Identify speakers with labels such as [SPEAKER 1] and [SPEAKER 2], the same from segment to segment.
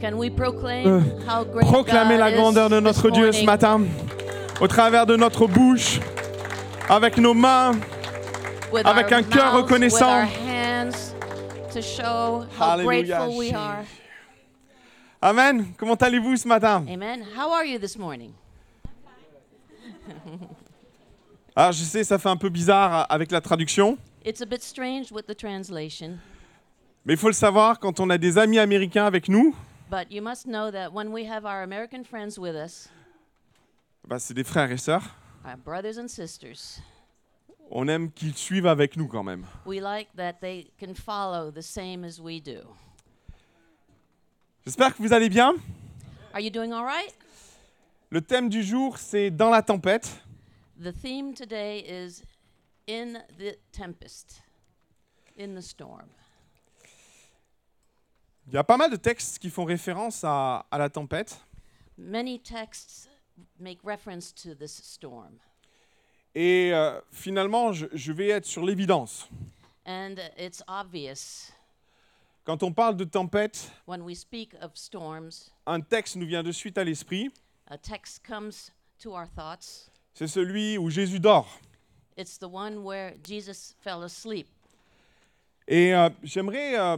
[SPEAKER 1] Can we proclaim
[SPEAKER 2] Euh,
[SPEAKER 1] how great
[SPEAKER 2] Proclamez
[SPEAKER 1] God
[SPEAKER 2] la
[SPEAKER 1] is
[SPEAKER 2] grandeur de
[SPEAKER 1] this
[SPEAKER 2] notre Dieu ce
[SPEAKER 1] morning?
[SPEAKER 2] matin, au travers de notre bouche, avec nos mains.
[SPEAKER 1] With
[SPEAKER 2] avec
[SPEAKER 1] our
[SPEAKER 2] un cœur
[SPEAKER 1] mouths,
[SPEAKER 2] reconnaissant.
[SPEAKER 1] with our hands, to show how
[SPEAKER 2] Hallelujah.
[SPEAKER 1] grateful we are.
[SPEAKER 2] Amen. Comment allez-vous ce matin
[SPEAKER 1] Amen. How are you this morning?
[SPEAKER 2] Alors Ah, je sais, ça fait un peu bizarre avec la traduction,
[SPEAKER 1] It's a bit strange with the translation,
[SPEAKER 2] mais il faut le savoir, quand on a des amis américains avec nous,
[SPEAKER 1] but you must know that when we have our American friends with us,
[SPEAKER 2] bah, c'est des frères et sœurs,
[SPEAKER 1] our brothers and sisters,
[SPEAKER 2] on aime qu'ils suivent avec nous quand même.
[SPEAKER 1] we like that they can follow the same as we do.
[SPEAKER 2] J'espère que vous allez bien.
[SPEAKER 1] Are you doing all right?
[SPEAKER 2] Le thème du jour, c'est Dans la tempête.
[SPEAKER 1] The theme today is in the tempest, in the storm.
[SPEAKER 2] Il y a pas mal de textes qui font référence à, à la tempête.
[SPEAKER 1] Many texts make reference to this storm,
[SPEAKER 2] Et euh, finalement, je- je vais être sur l'évidence.
[SPEAKER 1] and it's obvious
[SPEAKER 2] Quand on parle de tempête,
[SPEAKER 1] when we speak of storms.
[SPEAKER 2] un texte nous vient de suite à l'esprit.
[SPEAKER 1] A text comes to our thoughts.
[SPEAKER 2] C'est celui où Jésus dort.
[SPEAKER 1] It's the one where Jesus fell asleep.
[SPEAKER 2] Et euh, j'aimerais euh,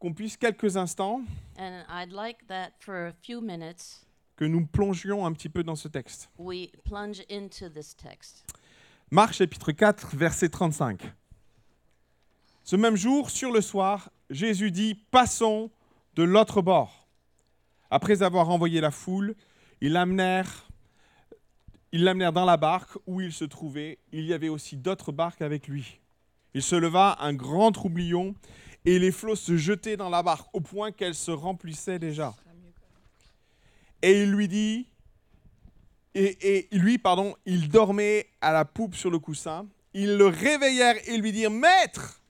[SPEAKER 2] qu'on puisse quelques instants
[SPEAKER 1] And I'd like that for a few minutes
[SPEAKER 2] que nous plongions un petit peu dans ce texte.
[SPEAKER 1] we plunge into this text.
[SPEAKER 2] Marc chapitre 4, verset 35. Ce même jour, sur le soir, Jésus dit, Passons de l'autre bord. Après avoir envoyé la foule, ils l'amenèrent, ils l'amenèrent dans la barque où il se trouvait. Il y avait aussi d'autres barques avec lui. Il se leva un grand troublion et les flots se jetaient dans la barque au point qu'elle se remplissait déjà. Et il lui dit, et, et lui, pardon, il dormait à la poupe sur le coussin. Ils le réveillèrent et lui dirent, Maître,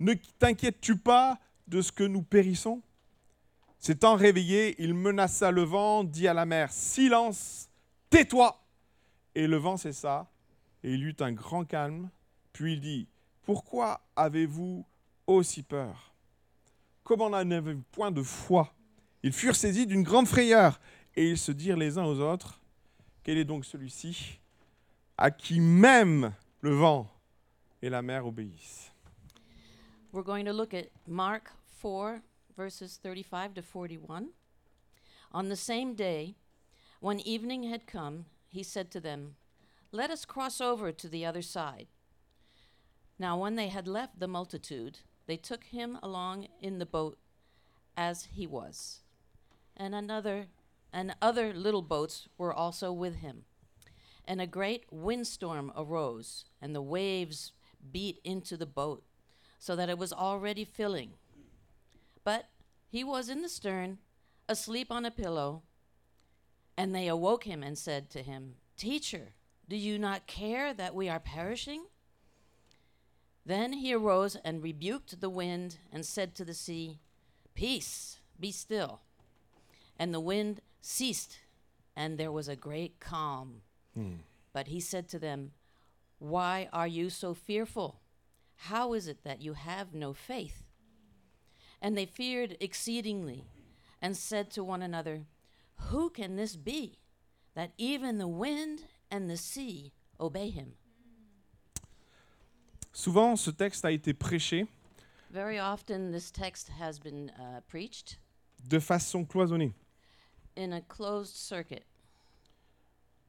[SPEAKER 2] ne t'inquiètes-tu pas de ce que nous périssons S'étant réveillé, il menaça le vent, dit à la mer, Silence, tais-toi Et le vent cessa, et il eut un grand calme. Puis il dit, Pourquoi avez-vous aussi peur Comment n'en avez-vous point de foi Ils furent saisis d'une grande frayeur, et ils se dirent les uns aux autres, quel est donc celui-ci à qui même le vent et la mer obéissent
[SPEAKER 1] We're going to look at Mark 4, verses 35 to 41. On the same day, when evening had come, he said to them, Let us cross over to the other side. Now, when they had left the multitude, they took him along in the boat as he was. And another and other little boats were also with him. And a great windstorm arose, and the waves beat into the boat, so that it was already filling. But he was in the stern, asleep on a pillow. And they awoke him and said to him, Teacher, do you not care that we are perishing? Then he arose and rebuked the wind and said to the sea, Peace, be still. And the wind ceased, and there was a great calm. But he said to them, Why are you so fearful? How is it that you have no faith? And they feared exceedingly and said to one another, Who can this be that even the wind and the sea obey him?
[SPEAKER 2] Souvent, ce texte a été prêché
[SPEAKER 1] Very often, this text has been uh, preached
[SPEAKER 2] de façon cloisonnée.
[SPEAKER 1] in a closed circuit.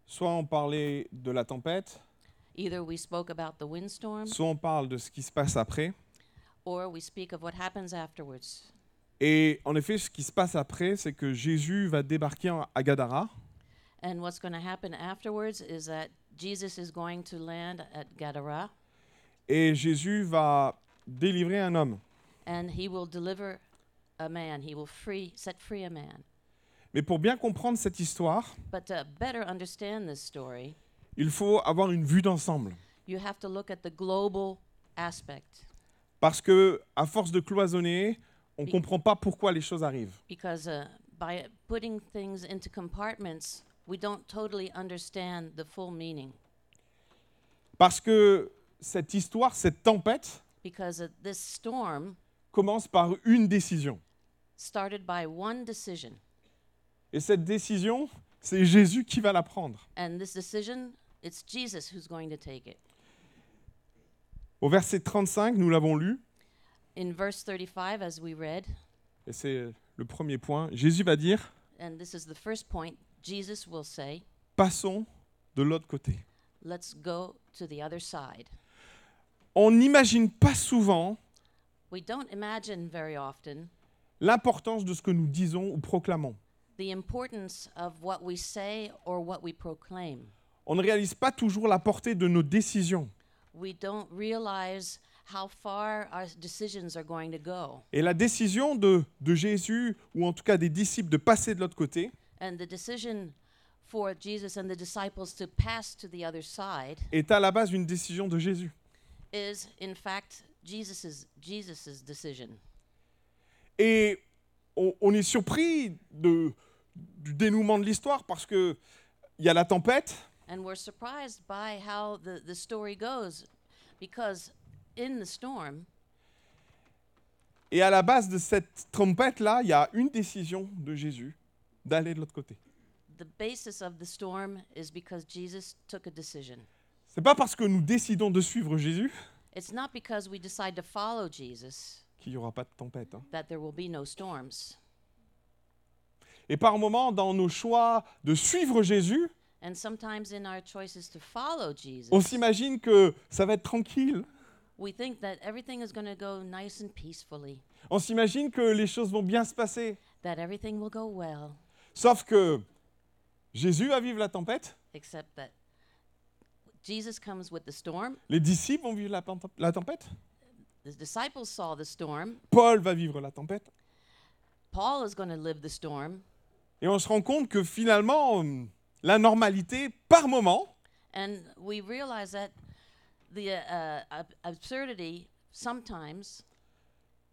[SPEAKER 2] Soit on parlait de la tempête,
[SPEAKER 1] Either we spoke about the windstorm
[SPEAKER 2] soit on parle de ce qui se passe après.
[SPEAKER 1] or we speak of what happens afterwards.
[SPEAKER 2] Et en effet, ce qui se passe après, c'est que Jésus va débarquer en- à Gadara.
[SPEAKER 1] And what's going to happen afterwards is that Jesus is going to land at Gadara
[SPEAKER 2] et Jésus va délivrer un homme.
[SPEAKER 1] and he will deliver a man. He will free set free a man.
[SPEAKER 2] Mais pour bien comprendre cette histoire,
[SPEAKER 1] But to better understand this story,
[SPEAKER 2] il faut avoir une vue d'ensemble.
[SPEAKER 1] you have to look at the global aspect
[SPEAKER 2] Parce que, à force de cloisonner, on
[SPEAKER 1] Oui.
[SPEAKER 2] ne comprend pas pourquoi les choses arrivent.
[SPEAKER 1] because uh, by putting things into compartments, we don't totally understand the full meaning
[SPEAKER 2] Parce que cette histoire, cette tempête,
[SPEAKER 1] because uh, this storm
[SPEAKER 2] commence par une décision.
[SPEAKER 1] started by one decision.
[SPEAKER 2] Et cette décision, c'est Jésus qui va la prendre.
[SPEAKER 1] And this decision, it's Jesus who's going to take it.
[SPEAKER 2] Au verset 35, nous l'avons lu,
[SPEAKER 1] In verse 35, as we read,
[SPEAKER 2] et c'est le premier point, Jésus va dire,
[SPEAKER 1] and this is the first point, Jesus will say,
[SPEAKER 2] passons de l'autre côté.
[SPEAKER 1] Let's go to the other side.
[SPEAKER 2] On n'imagine pas souvent
[SPEAKER 1] We don't imagine very often
[SPEAKER 2] l'importance de ce que nous disons ou proclamons.
[SPEAKER 1] the importance of what we say or what we proclaim.
[SPEAKER 2] On ne réalise pas toujours la portée de nos décisions
[SPEAKER 1] We don't realize how far our decisions are going to go.
[SPEAKER 2] Et la décision de, de Jésus, ou en tout cas des disciples, de passer de l'autre côté,
[SPEAKER 1] And the decision for Jesus and the disciples to pass to the other side
[SPEAKER 2] est à la base une décision de Jésus.
[SPEAKER 1] is, in fact, Jesus's, Jesus's decision.
[SPEAKER 2] Et on, on est surpris de- du dénouement de l'histoire parce que il y a la tempête,
[SPEAKER 1] And we're surprised by how the, the story goes because in the storm,
[SPEAKER 2] et à la base de cette tempête-là, il y a une décision de Jésus d'aller de l'autre côté.
[SPEAKER 1] the basis of the storm is because Jesus took a decision.
[SPEAKER 2] C'est pas parce que nous décidons de suivre Jésus
[SPEAKER 1] It's not because we decide to follow Jesus
[SPEAKER 2] qu'il n'y aura pas de tempête. hein.
[SPEAKER 1] that there will be no storms.
[SPEAKER 2] Et par moments, dans nos choix de suivre Jésus,
[SPEAKER 1] And sometimes in our choices to follow Jesus,
[SPEAKER 2] on s'imagine que ça va être tranquille.
[SPEAKER 1] we think that everything is going to go nice and peacefully,
[SPEAKER 2] On s'imagine que les choses vont bien se passer.
[SPEAKER 1] that everything will go well,
[SPEAKER 2] Sauf que Jésus va vivre la tempête,
[SPEAKER 1] except that Jesus comes with the storm.
[SPEAKER 2] les disciples vont vivre la, pente- la tempête,
[SPEAKER 1] The disciples saw the storm.
[SPEAKER 2] Paul va vivre la tempête.
[SPEAKER 1] Paul is going to live the storm.
[SPEAKER 2] Et on se rend compte que finalement, hum, la normalité, par moment,
[SPEAKER 1] And we realize that the uh, ab- absurdity sometimes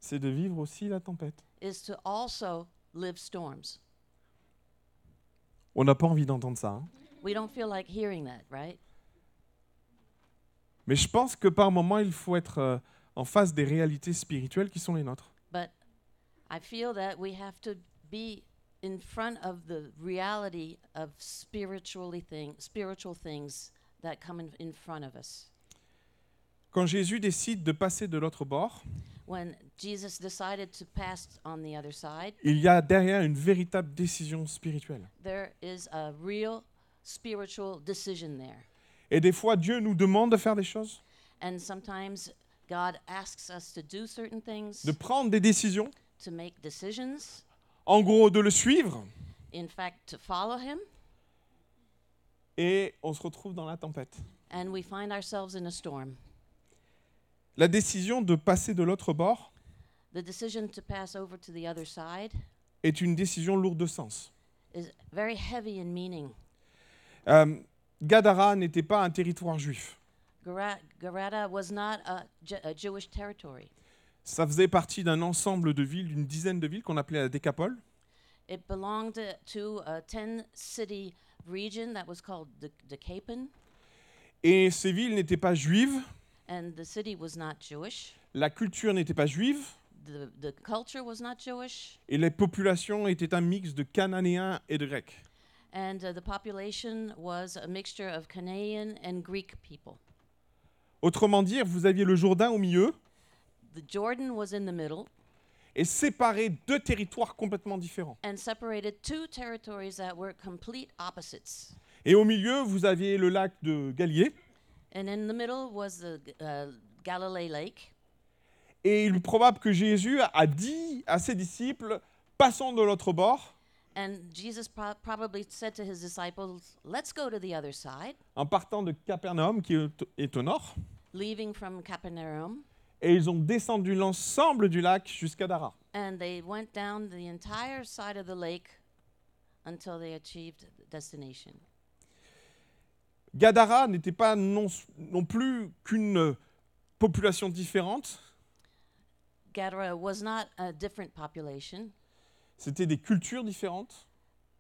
[SPEAKER 2] c'est de vivre aussi la tempête.
[SPEAKER 1] is to also live storms.
[SPEAKER 2] On n'a pas envie d'entendre ça. hein.
[SPEAKER 1] We don't feel like hearing that, right?
[SPEAKER 2] Mais je pense que par moment, il faut être euh, en face des réalités spirituelles qui sont les nôtres.
[SPEAKER 1] But I feel that we have to be in front of the reality of spiritually thing, spiritual things that come in, in front of us.
[SPEAKER 2] Quand Jésus décide de passer de l'autre bord,
[SPEAKER 1] When Jesus decided to pass on the other side,
[SPEAKER 2] il y a derrière une véritable décision spirituelle.
[SPEAKER 1] there is a real spiritual decision there.
[SPEAKER 2] Et des fois, Dieu nous demande de faire des choses,
[SPEAKER 1] And sometimes God asks us to do certain things,
[SPEAKER 2] de prendre des décisions,
[SPEAKER 1] to make decisions,
[SPEAKER 2] en gros de le suivre,
[SPEAKER 1] in fact, to follow Him,
[SPEAKER 2] et on se retrouve dans la tempête.
[SPEAKER 1] and we find ourselves in a storm.
[SPEAKER 2] La décision de passer de l'autre bord
[SPEAKER 1] The decision to pass over to the other side
[SPEAKER 2] est une décision lourde de sens.
[SPEAKER 1] is very heavy in meaning.
[SPEAKER 2] Euh, Gadara n'était pas un territoire juif.
[SPEAKER 1] Gara- Garada was not a, Ju- a Jewish territory.
[SPEAKER 2] Ça faisait partie d'un ensemble de villes, d'une dizaine de villes qu'on appelait la Décapole.
[SPEAKER 1] It belonged to- to a 10 city region that was called the Decapan,
[SPEAKER 2] Et ces villes n'étaient pas juives,
[SPEAKER 1] and the city was not Jewish.
[SPEAKER 2] la culture n'était pas juive,
[SPEAKER 1] The, the culture was not Jewish,
[SPEAKER 2] et les populations étaient un mix de Cananéens et de Grecs.
[SPEAKER 1] and uh, the population was a mixture of Canaan and Greek people.
[SPEAKER 2] Autrement dit, vous aviez le Jourdain au milieu
[SPEAKER 1] The Jordan was in the middle
[SPEAKER 2] et séparé deux territoires complètement différents.
[SPEAKER 1] and separated two territories that were complete opposites.
[SPEAKER 2] Et au milieu, vous aviez le lac de Galilée,
[SPEAKER 1] And in the middle was the uh, Galilee Lake,
[SPEAKER 2] Et il est probable que Jésus a dit à ses disciples, passons de l'autre bord,
[SPEAKER 1] And Jesus pro- probably said to his disciples, Let's go to the other side,
[SPEAKER 2] en partant de Capernaum, qui est au- est au nord,
[SPEAKER 1] leaving from Capernaum.
[SPEAKER 2] et ils ont descendu l'ensemble du lac jusqu'à Dara.
[SPEAKER 1] And they went down the entire side of the lake until they achieved the destination.
[SPEAKER 2] Gadara n'était pas non, non plus qu'une euh, population différente,
[SPEAKER 1] Gadara was not a different population.
[SPEAKER 2] c'était des cultures différentes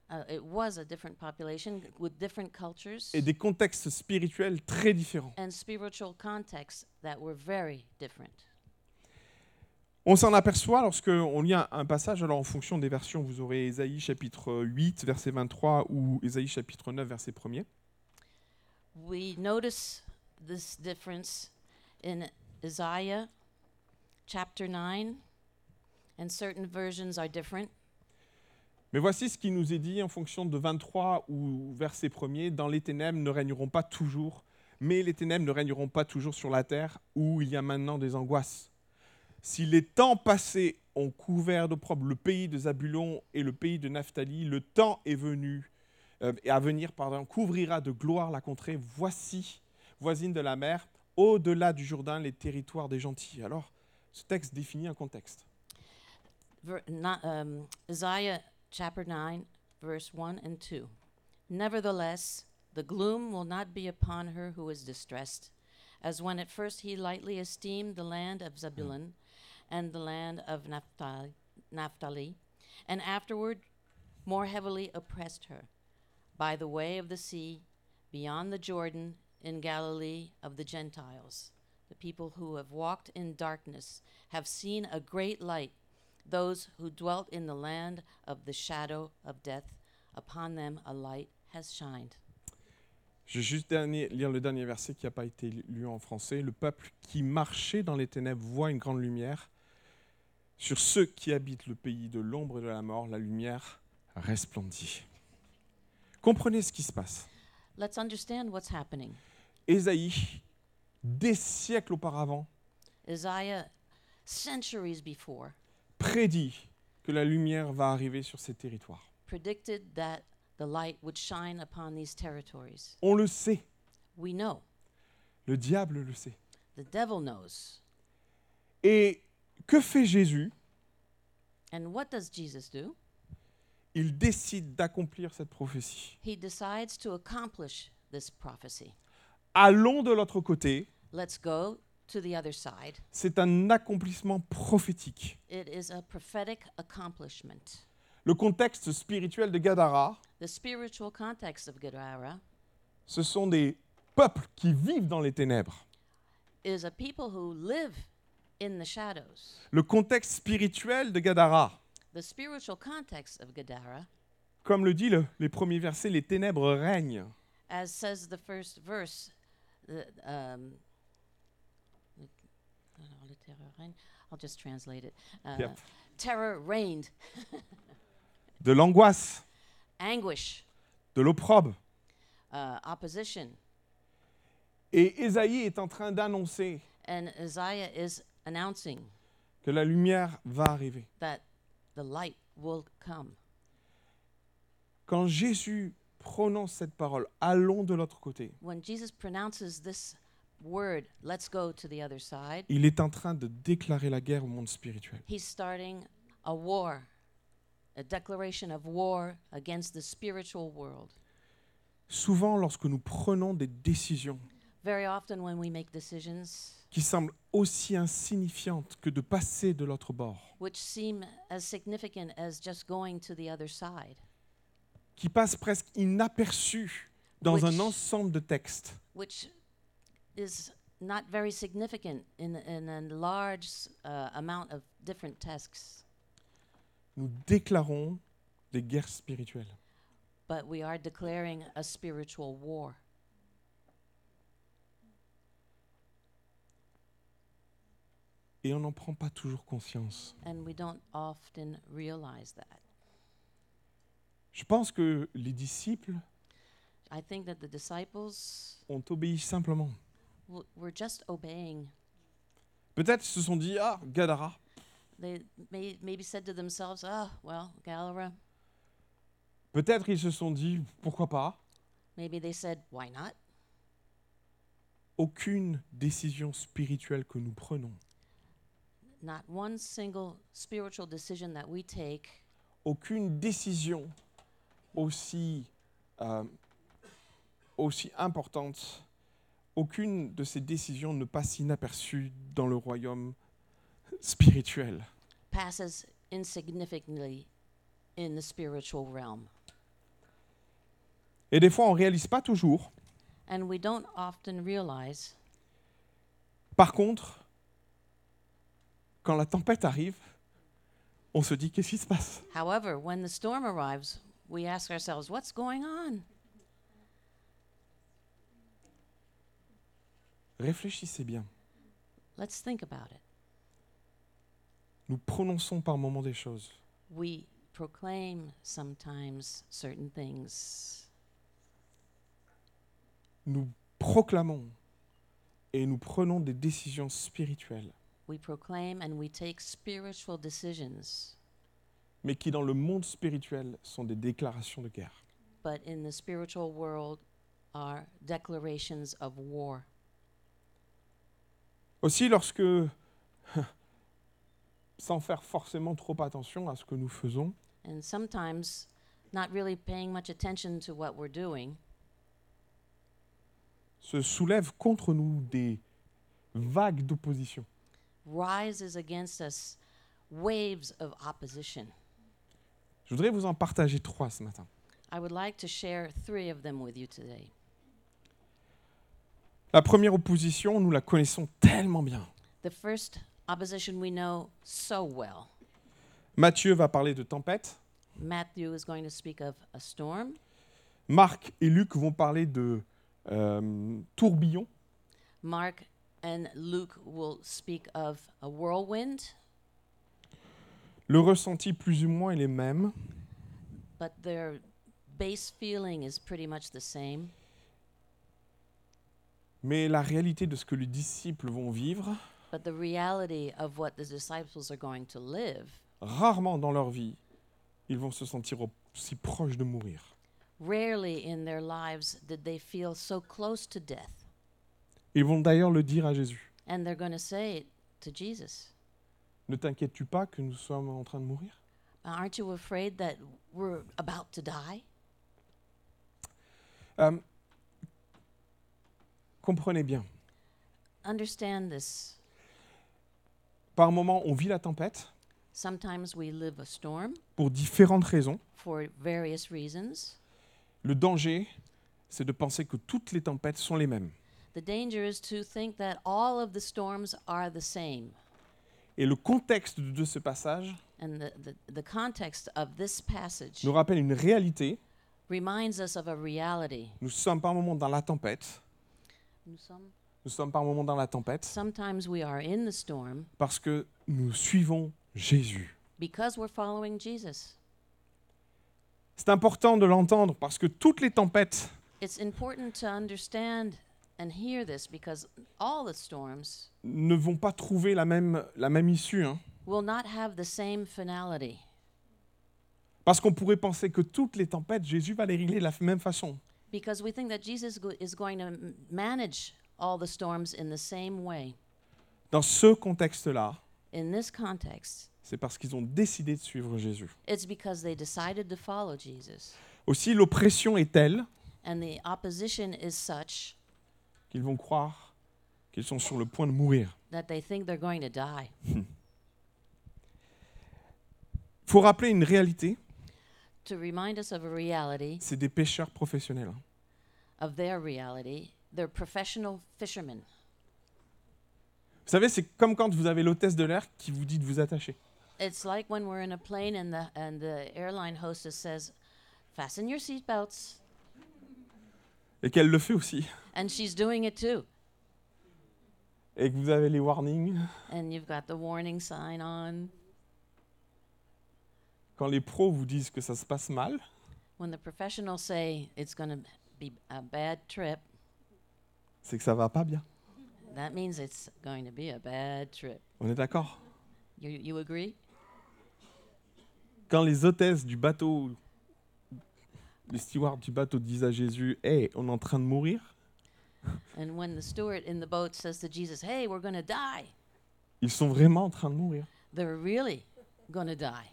[SPEAKER 1] Uh, it was a different population with different cultures
[SPEAKER 2] et des contextes spirituels très différents.
[SPEAKER 1] and spiritual contexts that were very different.
[SPEAKER 2] On s'en aperçoit lorsqu'on lit un, un passage, alors en fonction des versions, vous aurez Ésaïe chapitre 8, verset 23 ou Ésaïe chapitre 9, verset 1er.
[SPEAKER 1] we notice this difference in Isaiah chapter 9, and certain versions are different.
[SPEAKER 2] Mais voici ce qui nous est dit en fonction de 23 ou verset 1er. Dans les ténèbres ne régneront pas toujours, mais les ténèbres ne régneront pas toujours sur la terre où il y a maintenant des angoisses. Si les temps passés ont couvert d'opprobre le pays de Zabulon et le pays de Naphtali, le temps est venu, euh, et à venir, pardon, couvrira de gloire la contrée, voici, voisine de la mer, au-delà du Jourdain, les territoires des gentils. Alors, ce texte définit un contexte.
[SPEAKER 1] Ver, not, um, Isaiah chapter 9, verse 1 and 2. Nevertheless, the gloom will not be upon her who is distressed, as when at first he lightly esteemed the land of Zebulun and the land of Naphtali, Naphtali, and afterward more heavily oppressed her by the way of the sea, beyond the Jordan, in Galilee of the Gentiles. The people who have walked in darkness have seen a great light. Those who dwelt in the land of the shadow of death, upon them a light has shined.
[SPEAKER 2] Je vais juste dernier- lire le dernier verset qui n'a pas été lu en français. Le peuple qui marchait dans les ténèbres voit une grande lumière. Sur ceux qui habitent le pays de l'ombre et de la mort, la lumière resplendit. Comprenez ce qui se passe.
[SPEAKER 1] Let's understand what's happening.
[SPEAKER 2] Ésaïe, des siècles auparavant,
[SPEAKER 1] Isaiah, centuries before,
[SPEAKER 2] prédit que la lumière va arriver sur ces territoires.
[SPEAKER 1] predicted that the light would shine upon these territories.
[SPEAKER 2] On le sait,
[SPEAKER 1] We know,
[SPEAKER 2] le diable le sait.
[SPEAKER 1] the devil knows.
[SPEAKER 2] Et que fait Jésus
[SPEAKER 1] And what does Jesus do?
[SPEAKER 2] Il décide d'accomplir cette prophétie.
[SPEAKER 1] He decides to accomplish this prophecy.
[SPEAKER 2] Allons de l'autre côté,
[SPEAKER 1] Let's go to the other side.
[SPEAKER 2] c'est un accomplissement prophétique.
[SPEAKER 1] It is a prophetic accomplishment.
[SPEAKER 2] Le contexte spirituel de Gadara,
[SPEAKER 1] The spiritual context of Gadara
[SPEAKER 2] ce sont des peuples qui vivent dans les ténèbres.
[SPEAKER 1] is a people who live in the shadows.
[SPEAKER 2] Le contexte spirituel de Gadara,
[SPEAKER 1] The spiritual context of Gadara,
[SPEAKER 2] comme le dit le- les premiers versets, les ténèbres règnent.
[SPEAKER 1] as says the first verse, the, um, I'll just translate it. Uh,
[SPEAKER 2] Yep.
[SPEAKER 1] Terror reigned,
[SPEAKER 2] De l'angoisse,
[SPEAKER 1] anguish,
[SPEAKER 2] de l'opprobre.
[SPEAKER 1] uh, opposition.
[SPEAKER 2] Et Ésaïe est en train d'annoncer
[SPEAKER 1] And Isaiah is announcing
[SPEAKER 2] que la lumière va arriver.
[SPEAKER 1] that the light will come.
[SPEAKER 2] Quand Jésus prononce cette parole, allons de l'autre côté,
[SPEAKER 1] When Jesus pronounces this word, let's go to the other side,
[SPEAKER 2] il est en train de déclarer la guerre au monde spirituel.
[SPEAKER 1] he's starting a war, a declaration of war against the spiritual world.
[SPEAKER 2] Souvent, lorsque nous prenons des décisions
[SPEAKER 1] Very often, when we make decisions
[SPEAKER 2] qui semblent aussi insignifiantes que de passer de l'autre bord,
[SPEAKER 1] which seem as significant as just going to the other side,
[SPEAKER 2] qui passent presque inaperçues dans
[SPEAKER 1] Which-
[SPEAKER 2] un ensemble de textes,
[SPEAKER 1] which is not very significant in, in a large uh, amount of different texts,
[SPEAKER 2] nous déclarons des guerres spirituelles.
[SPEAKER 1] but we are declaring a spiritual war.
[SPEAKER 2] Et on n'en prend pas toujours conscience.
[SPEAKER 1] And we don't often realize that.
[SPEAKER 2] Je pense que les disciples
[SPEAKER 1] I think that the disciples
[SPEAKER 2] ont obéi simplement.
[SPEAKER 1] w- were just obeying.
[SPEAKER 2] Peut-être se sont dit, ah, Gadara,
[SPEAKER 1] They may, maybe said to themselves, oh, well, Galera.
[SPEAKER 2] Peut-être ils se sont dit, pourquoi pas
[SPEAKER 1] Maybe they said, why not?
[SPEAKER 2] Aucune décision spirituelle que nous prenons,
[SPEAKER 1] Not one single spiritual decision that we take,
[SPEAKER 2] aucune décision aussi, euh, aussi importante, aucune de ces décisions ne passe inaperçue dans le royaume spirituel.
[SPEAKER 1] passes insignificantly in the spiritual realm.
[SPEAKER 2] Et des fois, on ne réalise pas toujours.
[SPEAKER 1] And we don't often realize,
[SPEAKER 2] Par contre, quand la tempête arrive, on se dit qu'est-ce qui se passe
[SPEAKER 1] However, when the storm arrives, we ask ourselves, what's going on?
[SPEAKER 2] Réfléchissez bien.
[SPEAKER 1] Let's think about it.
[SPEAKER 2] Nous prononçons par moments des choses.
[SPEAKER 1] We proclaim sometimes certain things.
[SPEAKER 2] Nous proclamons et nous prenons des décisions spirituelles,
[SPEAKER 1] We proclaim and we take spiritual decisions,
[SPEAKER 2] mais qui dans le monde spirituel sont des déclarations de guerre.
[SPEAKER 1] but in the spiritual world are declarations of war.
[SPEAKER 2] Aussi lorsque, sans faire forcément trop attention à ce que nous faisons,
[SPEAKER 1] And sometimes, not really paying much attention to what we're doing,
[SPEAKER 2] se soulèvent contre nous des vagues d'opposition.
[SPEAKER 1] rises against us waves of opposition.
[SPEAKER 2] Je voudrais vous en partager trois ce matin.
[SPEAKER 1] I would like to share three of them with you today.
[SPEAKER 2] La première opposition, nous la connaissons tellement bien.
[SPEAKER 1] The first opposition we know so well.
[SPEAKER 2] Matthieu va parler de tempête,
[SPEAKER 1] Matthew is going to speak of a storm.
[SPEAKER 2] Marc et Luc vont parler de euh, tourbillon,
[SPEAKER 1] Mark and Luke will speak of a whirlwind,
[SPEAKER 2] le ressenti plus ou moins est les mêmes,
[SPEAKER 1] but their base feeling is pretty much the same.
[SPEAKER 2] mais la réalité de ce que les disciples vont vivre,
[SPEAKER 1] But the reality of what the disciples are going to live,
[SPEAKER 2] rarement dans leur vie, ils vont se sentir aussi proches de mourir.
[SPEAKER 1] rarely in their lives did they feel so close to death.
[SPEAKER 2] Ils vont d'ailleurs le dire à Jésus.
[SPEAKER 1] And they're going to say it to Jesus
[SPEAKER 2] Ne t'inquiètes-tu pas que nous sommes en train de mourir
[SPEAKER 1] Aren't you afraid that we're about to die?
[SPEAKER 2] Euh, Comprenez bien.
[SPEAKER 1] Understand this.
[SPEAKER 2] Par moments, on vit la tempête
[SPEAKER 1] Sometimes we live a storm
[SPEAKER 2] pour différentes raisons.
[SPEAKER 1] for various reasons.
[SPEAKER 2] Le danger, c'est de penser que toutes les tempêtes sont les mêmes.
[SPEAKER 1] The danger is to think that all of the storms are the same.
[SPEAKER 2] Et le contexte de ce passage
[SPEAKER 1] And the, the, the context of this passage
[SPEAKER 2] nous rappelle une réalité.
[SPEAKER 1] reminds us of a reality.
[SPEAKER 2] Nous sommes par moments dans la tempête. Nous sommes par moments dans la tempête
[SPEAKER 1] Sometimes we are in the storm
[SPEAKER 2] parce que nous suivons Jésus.
[SPEAKER 1] because we're following Jesus.
[SPEAKER 2] C'est important de l'entendre parce que toutes les tempêtes
[SPEAKER 1] It's important to understand and hear this because all the storms
[SPEAKER 2] ne vont pas trouver la même, la même issue. hein.
[SPEAKER 1] will not have the same finality.
[SPEAKER 2] Parce qu'on pourrait penser que toutes les tempêtes, Jésus va les régler de la f- même façon.
[SPEAKER 1] Because we think that Jesus go- is going to m- manage all the storms in the same way.
[SPEAKER 2] Dans ce contexte-là,
[SPEAKER 1] In this context,
[SPEAKER 2] c'est parce qu'ils ont décidé de suivre Jésus.
[SPEAKER 1] it's because they decided to follow Jesus.
[SPEAKER 2] Aussi, l'oppression est telle
[SPEAKER 1] And the opposition is such
[SPEAKER 2] qu'ils vont croire qu'ils sont sur le point de mourir.
[SPEAKER 1] that they think they're going to die.
[SPEAKER 2] Il faut rappeler une réalité,
[SPEAKER 1] To remind us of a reality,
[SPEAKER 2] c'est des pêcheurs professionnels. hein.
[SPEAKER 1] of their reality, they're professional fishermen.
[SPEAKER 2] Vous savez, c'est comme quand vous avez l'hôtesse de l'air qui vous dit de vous attacher.
[SPEAKER 1] It's like when we're in a plane and the, and the airline hostess says, Fasten your seatbelts.
[SPEAKER 2] Et qu'elle le fait aussi.
[SPEAKER 1] And she's doing it too.
[SPEAKER 2] Et que vous avez les warnings.
[SPEAKER 1] And you've got the warning sign on.
[SPEAKER 2] Quand les pros vous disent que ça se passe mal,
[SPEAKER 1] When the professionals say it's going to be a bad trip,
[SPEAKER 2] c'est que ça va pas bien.
[SPEAKER 1] that means it's going to be a bad trip.
[SPEAKER 2] On est d'accord
[SPEAKER 1] You, you agree?
[SPEAKER 2] quand les hôtesses du bateau, les stewards du bateau disent à Jésus, hey, on est en train de mourir,
[SPEAKER 1] And when the steward in the boat says to Jesus, Hey, we're going to die,
[SPEAKER 2] ils sont vraiment en train de mourir.
[SPEAKER 1] they're really going to die.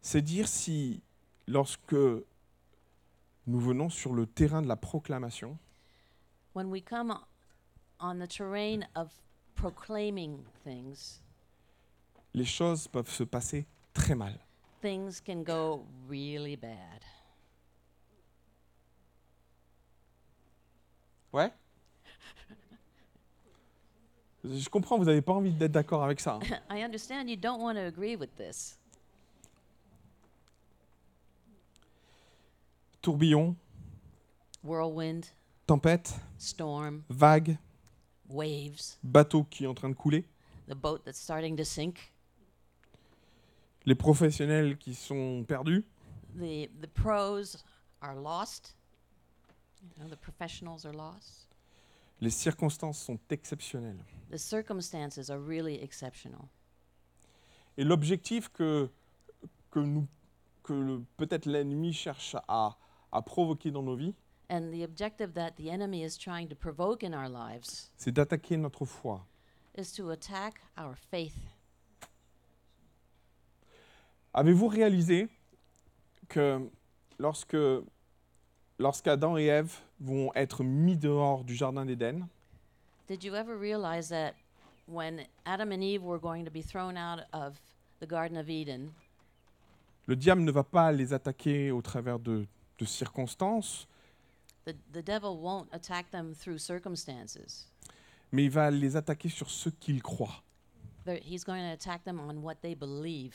[SPEAKER 2] C'est dire si, lorsque nous venons sur le terrain de la proclamation,
[SPEAKER 1] When we come o- on the terrain of proclaiming things,
[SPEAKER 2] les choses peuvent se passer très mal.
[SPEAKER 1] things can go really bad.
[SPEAKER 2] Ouais Je comprends, vous n'avez pas envie d'être d'accord avec ça. hein.
[SPEAKER 1] I understand you don't want to agree with this.
[SPEAKER 2] Tourbillon,
[SPEAKER 1] Whirlwind,
[SPEAKER 2] tempête,
[SPEAKER 1] storm,
[SPEAKER 2] vague,
[SPEAKER 1] waves,
[SPEAKER 2] bateau qui est en train de couler.
[SPEAKER 1] the boat that's starting to sink,
[SPEAKER 2] Les professionnels qui sont perdus.
[SPEAKER 1] the the pros are lost. You know, the professionals are lost.
[SPEAKER 2] Les circonstances sont exceptionnelles.
[SPEAKER 1] The circumstances are really exceptional.
[SPEAKER 2] Et l'objectif que, que, nous- que le- peut-être l'ennemi cherche à, à provoquer dans nos vies,
[SPEAKER 1] And the objective that the enemy is trying to provoke in our lives
[SPEAKER 2] c'est d'attaquer notre foi.
[SPEAKER 1] is to attack our faith.
[SPEAKER 2] Avez-vous réalisé que lorsque lorsqu'Adam et Ève vont être mis dehors du jardin d'Éden,
[SPEAKER 1] Did you ever realize that when Adam and Eve were going to be thrown out of the Garden of Eden,
[SPEAKER 2] le diable ne va pas les attaquer au travers de, de circonstances,
[SPEAKER 1] the, the devil won't attack them through circumstances?
[SPEAKER 2] mais il va les attaquer sur ce qu'ils croient.
[SPEAKER 1] They're, he's going to attack them on what they believe.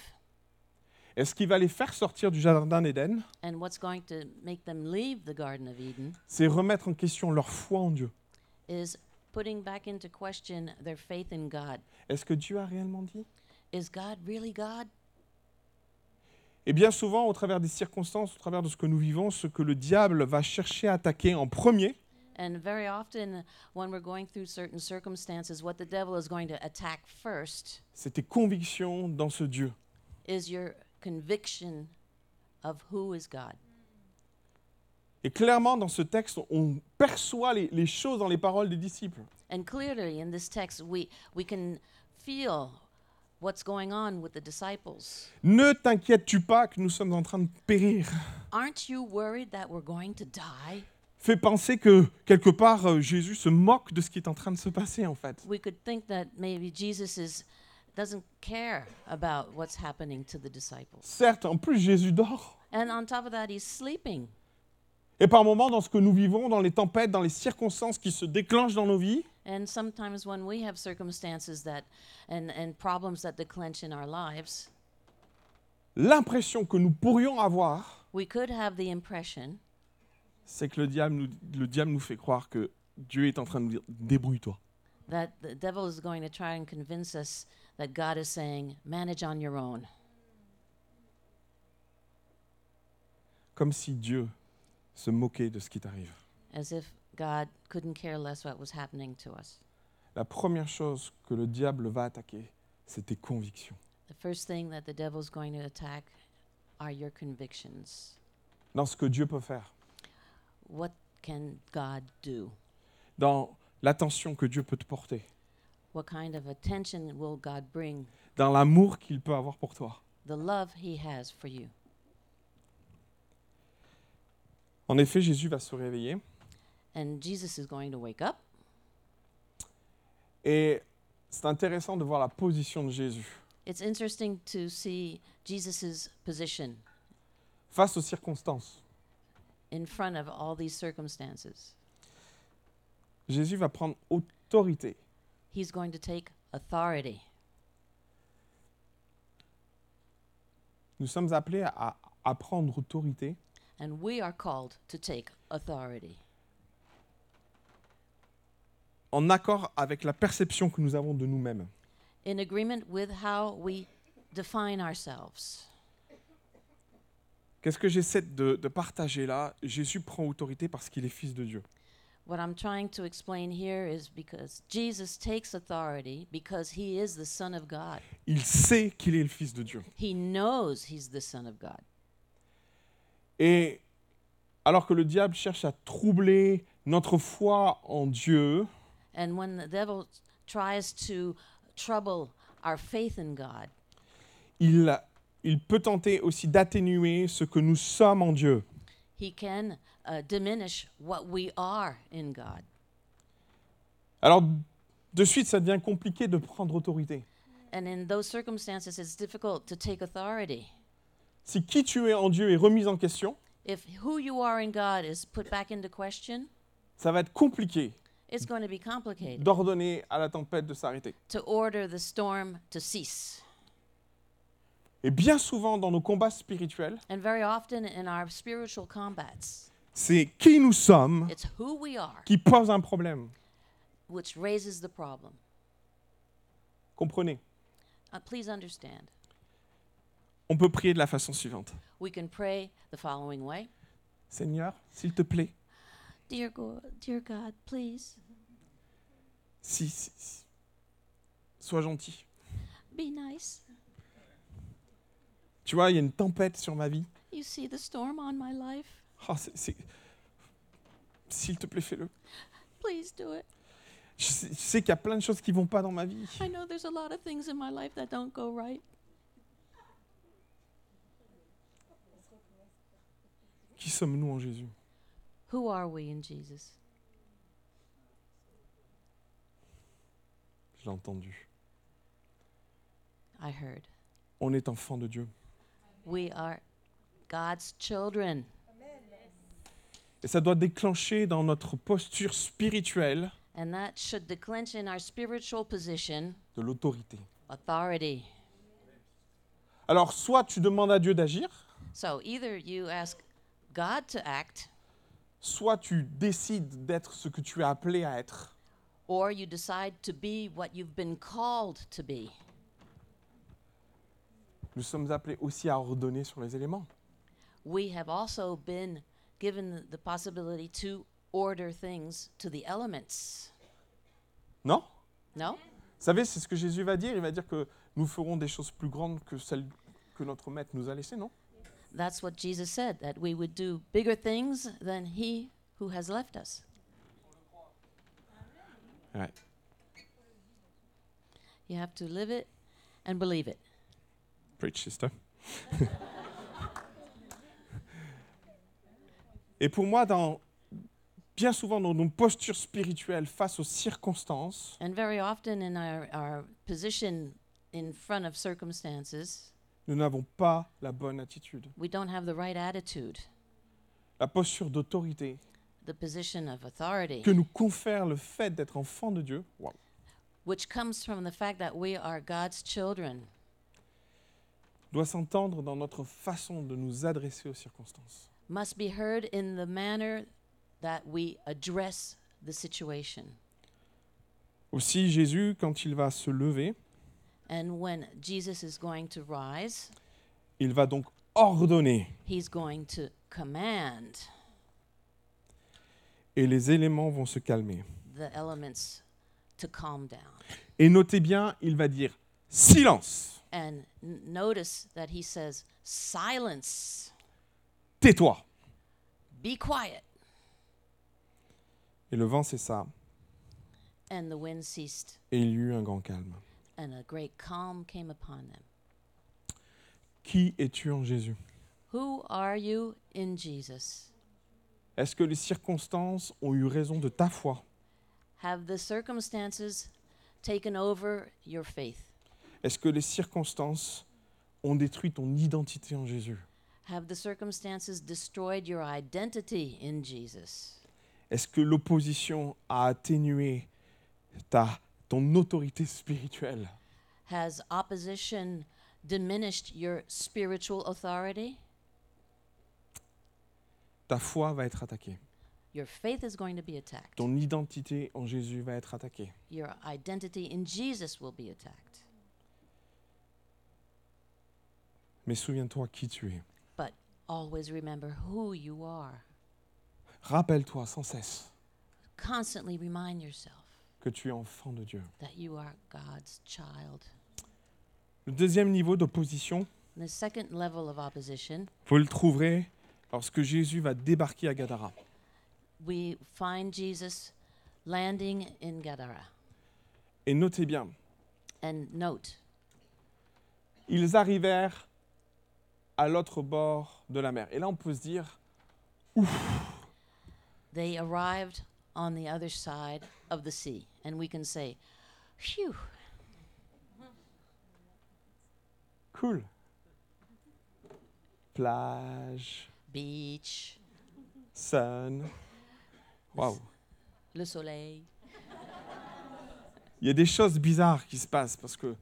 [SPEAKER 2] Et ce qui va les faire sortir du jardin d'Éden,
[SPEAKER 1] And what's going to make them leave the Garden of Eden
[SPEAKER 2] c'est remettre en question leur foi en Dieu.
[SPEAKER 1] is putting back into question their faith in God.
[SPEAKER 2] Est-ce que Dieu a réellement dit
[SPEAKER 1] Is God really God?
[SPEAKER 2] Et bien souvent, au travers des circonstances, au travers de ce que nous vivons, ce que le diable va chercher à attaquer en premier,
[SPEAKER 1] And very often, when we're going through certain circumstances, what the devil is going to attack first
[SPEAKER 2] c'est tes convictions dans ce Dieu.
[SPEAKER 1] is your conviction of who is God.
[SPEAKER 2] Et clairement, dans ce texte, on perçoit les, les choses dans les paroles des disciples.
[SPEAKER 1] And clearly, in this text, we, we can feel what's going on with the disciples.
[SPEAKER 2] Ne t'inquiètes-tu pas que nous sommes en train de périr
[SPEAKER 1] Aren't you worried that we're going to die?
[SPEAKER 2] Fait penser que, quelque part, euh, Jésus se moque de ce qui est en train de se passer, en fait.
[SPEAKER 1] We could think that maybe Jesus is, doesn't care about what's happening to the disciples.
[SPEAKER 2] Certes, en plus, Jésus dort.
[SPEAKER 1] And on top of that, he's sleeping.
[SPEAKER 2] Et par moments, dans ce que nous vivons, dans les tempêtes, dans les circonstances qui se déclenchent dans nos vies,
[SPEAKER 1] And sometimes when we have circumstances that and, and problems that declench in our lives,
[SPEAKER 2] l'impression que nous pourrions avoir,
[SPEAKER 1] we could have the impression
[SPEAKER 2] c'est que le diable, nous, le diable nous fait croire que Dieu est en train de nous dire débrouille-toi.
[SPEAKER 1] that the devil is going to try and convince us that God is saying, manage on your own.
[SPEAKER 2] Comme si Dieu se moquait de ce qui t'arrive.
[SPEAKER 1] as if God couldn't care less what was happening to us.
[SPEAKER 2] La première chose que le diable va attaquer, c'est tes convictions.
[SPEAKER 1] The first thing that the devil's going to attack are your convictions.
[SPEAKER 2] Dans ce que Dieu peut faire,
[SPEAKER 1] What can God do?
[SPEAKER 2] dans l'attention que Dieu peut te porter,
[SPEAKER 1] What kind of attention will God bring?
[SPEAKER 2] dans l'amour qu'il peut avoir pour toi.
[SPEAKER 1] The love he has for you.
[SPEAKER 2] En effet, Jésus va se réveiller
[SPEAKER 1] And Jesus is going to wake up.
[SPEAKER 2] et c'est intéressant de voir la position de Jésus
[SPEAKER 1] It's interesting to see Jesus' position
[SPEAKER 2] face aux circonstances.
[SPEAKER 1] in front of all these circumstances.
[SPEAKER 2] Jésus va prendre autorité.
[SPEAKER 1] He's going to take authority.
[SPEAKER 2] Nous sommes appelés à, à prendre autorité
[SPEAKER 1] And we are called to take authority.
[SPEAKER 2] en accord avec la perception que nous avons de nous-mêmes.
[SPEAKER 1] in agreement with how we define ourselves.
[SPEAKER 2] Qu'est-ce que j'essaie de, de partager là Jésus prend autorité parce qu'il est fils de Dieu.
[SPEAKER 1] What I'm trying to explain here is because Jesus takes authority because he is the Son of God.
[SPEAKER 2] Il sait qu'il est le fils de Dieu.
[SPEAKER 1] He knows he's the Son of God.
[SPEAKER 2] Et alors que le diable cherche à troubler notre foi en Dieu,
[SPEAKER 1] And when the devil tries to trouble our faith in God,
[SPEAKER 2] il, il peut tenter aussi d'atténuer ce que nous sommes en Dieu.
[SPEAKER 1] he can uh, diminish what we are in God.
[SPEAKER 2] Alors, de suite, ça devient compliqué de prendre autorité.
[SPEAKER 1] And in those circumstances, it's difficult to take authority.
[SPEAKER 2] Si qui tu es en Dieu est remis en question,
[SPEAKER 1] If who you are in God is put back into question,
[SPEAKER 2] ça va être compliqué
[SPEAKER 1] it's going to be complicated
[SPEAKER 2] d'ordonner à la tempête de s'arrêter.
[SPEAKER 1] to order the storm to cease.
[SPEAKER 2] Et bien souvent dans nos combats spirituels,
[SPEAKER 1] And very often in our spiritual combats,
[SPEAKER 2] c'est qui nous sommes
[SPEAKER 1] it's who we are
[SPEAKER 2] qui pose un problème.
[SPEAKER 1] which raises the problem.
[SPEAKER 2] Comprenez
[SPEAKER 1] Uh, please understand,
[SPEAKER 2] On peut prier de la façon suivante.
[SPEAKER 1] we can pray the following way
[SPEAKER 2] Seigneur, s'il te plaît,
[SPEAKER 1] Dear, go- dear God, please
[SPEAKER 2] si, si- si- sois gentil.
[SPEAKER 1] be nice.
[SPEAKER 2] Tu vois, il y a une tempête sur ma vie.
[SPEAKER 1] You see the storm on my life.
[SPEAKER 2] Ah, c'est- c'est- S'il te plaît, fais-le.
[SPEAKER 1] Please do it.
[SPEAKER 2] Je sais, je sais qu'il y a plein de choses qui vont pas dans ma vie.
[SPEAKER 1] I know there's a lot of things in my life that don't go right.
[SPEAKER 2] Qui sommes-nous en Jésus
[SPEAKER 1] Who are we in Jesus?
[SPEAKER 2] Je l'ai entendu.
[SPEAKER 1] I heard.
[SPEAKER 2] On est enfant de Dieu.
[SPEAKER 1] We are God's children.
[SPEAKER 2] Et ça doit déclencher dans notre posture spirituelle
[SPEAKER 1] And that should declench in our spiritual position
[SPEAKER 2] de l'autorité.
[SPEAKER 1] authority.
[SPEAKER 2] Alors, soit tu demandes à Dieu d'agir,
[SPEAKER 1] So either you ask God to act
[SPEAKER 2] soit tu décides d'être ce que tu es appelé à être.
[SPEAKER 1] or you decide to be what you've been called to be.
[SPEAKER 2] Nous sommes appelés aussi à ordonner sur les éléments.
[SPEAKER 1] We have also been given the- the possibility to order things to the elements.
[SPEAKER 2] Non
[SPEAKER 1] No?
[SPEAKER 2] Vous savez, c'est ce que Jésus va dire. Il va dire que nous ferons des choses plus grandes que celles que notre maître nous a laissées, non
[SPEAKER 1] That's what Jesus said, that we would do bigger things than he who has left us.
[SPEAKER 2] Ouais.
[SPEAKER 1] You have to live it and believe it.
[SPEAKER 2] Preach, sister. Et pour moi, dans, bien souvent dans nos postures spirituelles face aux circonstances,
[SPEAKER 1] And very often in our, our position in front of circumstances,
[SPEAKER 2] nous n'avons pas la bonne attitude.
[SPEAKER 1] we don't have the right attitude,
[SPEAKER 2] La posture d'autorité
[SPEAKER 1] the position of authority,
[SPEAKER 2] que nous confère le fait d'être enfant de Dieu, waouh,
[SPEAKER 1] which comes from the fact that we are God's children,
[SPEAKER 2] doit s'entendre dans notre façon de nous adresser aux circonstances.
[SPEAKER 1] must be heard in the manner that we address the situation.
[SPEAKER 2] Aussi, Jésus, quand il va se lever,
[SPEAKER 1] And when Jesus is going to rise,
[SPEAKER 2] il va donc ordonner
[SPEAKER 1] he's going to command
[SPEAKER 2] et les éléments vont se calmer.
[SPEAKER 1] the elements to calm down.
[SPEAKER 2] Et notez bien, il va dire silence,
[SPEAKER 1] And n- notice that he says, Silence,
[SPEAKER 2] tais-toi.
[SPEAKER 1] be quiet.
[SPEAKER 2] Et le vent cessa,
[SPEAKER 1] And the wind ceased,
[SPEAKER 2] et il y eut un grand calme.
[SPEAKER 1] and a great calm came upon them.
[SPEAKER 2] Qui es-tu en Jésus
[SPEAKER 1] Who are you in Jesus?
[SPEAKER 2] Est-ce que les circonstances ont eu raison de ta foi
[SPEAKER 1] Have the circumstances taken over your faith?
[SPEAKER 2] Est-ce que les circonstances ont détruit ton identité en Jésus
[SPEAKER 1] Have the circumstances destroyed your identity in Jesus?
[SPEAKER 2] Est-ce que l'opposition a atténué ta, ton autorité spirituelle
[SPEAKER 1] Has opposition diminished your spiritual authority?
[SPEAKER 2] Ta foi va être attaquée.
[SPEAKER 1] Your faith is going to be attacked.
[SPEAKER 2] Ton identité en Jésus va être attaquée.
[SPEAKER 1] Your identity in Jesus will be attacked.
[SPEAKER 2] Mais souviens-toi qui tu es.
[SPEAKER 1] But always remember who you are.
[SPEAKER 2] Rappelle-toi sans cesse
[SPEAKER 1] Constantly remind yourself
[SPEAKER 2] que tu es enfant de Dieu.
[SPEAKER 1] that you are God's child.
[SPEAKER 2] Le deuxième niveau d'opposition,
[SPEAKER 1] The second level of opposition
[SPEAKER 2] vous le trouverez lorsque Jésus va débarquer à Gadara.
[SPEAKER 1] we find Jesus landing in Gadara.
[SPEAKER 2] Et notez bien,
[SPEAKER 1] And note,
[SPEAKER 2] ils arrivèrent à l'autre bord de la mer. Et là, on peut se dire,
[SPEAKER 1] they arrived on the other side of the sea. And we can say, phew,
[SPEAKER 2] cool. Plage,
[SPEAKER 1] beach,
[SPEAKER 2] sun. Waouh.
[SPEAKER 1] le soleil.
[SPEAKER 2] il y a des choses bizarres qui se passent parce que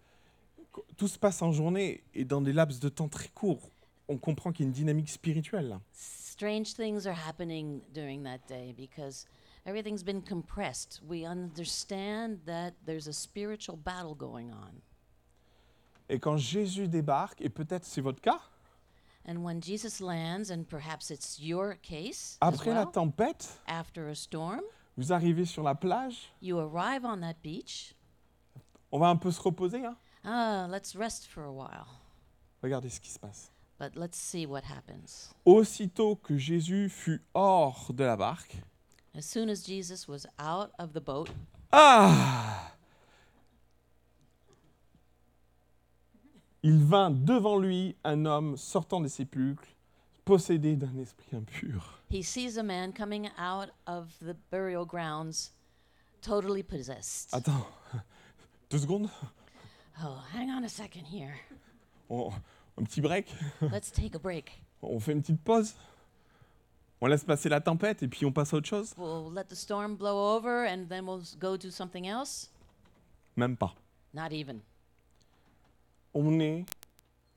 [SPEAKER 2] qu- tout se passe en journée et dans des laps de temps très courts. On comprend qu'il y a une dynamique spirituelle. là.
[SPEAKER 1] Strange things are happening during that day because everything's been compressed. We understand that there's a spiritual battle going on.
[SPEAKER 2] Et quand Jésus débarque, et peut-être c'est votre cas,
[SPEAKER 1] And when Jesus lands, and perhaps it's your case as
[SPEAKER 2] après la
[SPEAKER 1] well,
[SPEAKER 2] tempête,
[SPEAKER 1] after a storm,
[SPEAKER 2] vous arrivez sur la plage,
[SPEAKER 1] you arrive on that beach.
[SPEAKER 2] on va un peu se reposer. hein.
[SPEAKER 1] Ah, let's rest for a while,
[SPEAKER 2] Regardez ce qui se passe.
[SPEAKER 1] but let's see what happens.
[SPEAKER 2] Aussitôt que Jésus fut hors de la barque,
[SPEAKER 1] As soon as Jesus was out of the boat,
[SPEAKER 2] Ah Il vint devant lui un homme sortant des sépulcres, possédé d'un esprit impur.
[SPEAKER 1] he sees a man coming out of the burial grounds, totally possessed.
[SPEAKER 2] Attends, deux secondes,
[SPEAKER 1] Oh, hang on a second here.
[SPEAKER 2] on- un petit break,
[SPEAKER 1] Let's take a break.
[SPEAKER 2] on fait une petite pause, on laisse passer la tempête et puis on passe à autre chose
[SPEAKER 1] We'll let the storm blow over and then we'll s- go do something else.
[SPEAKER 2] Même pas.
[SPEAKER 1] Not even.
[SPEAKER 2] On est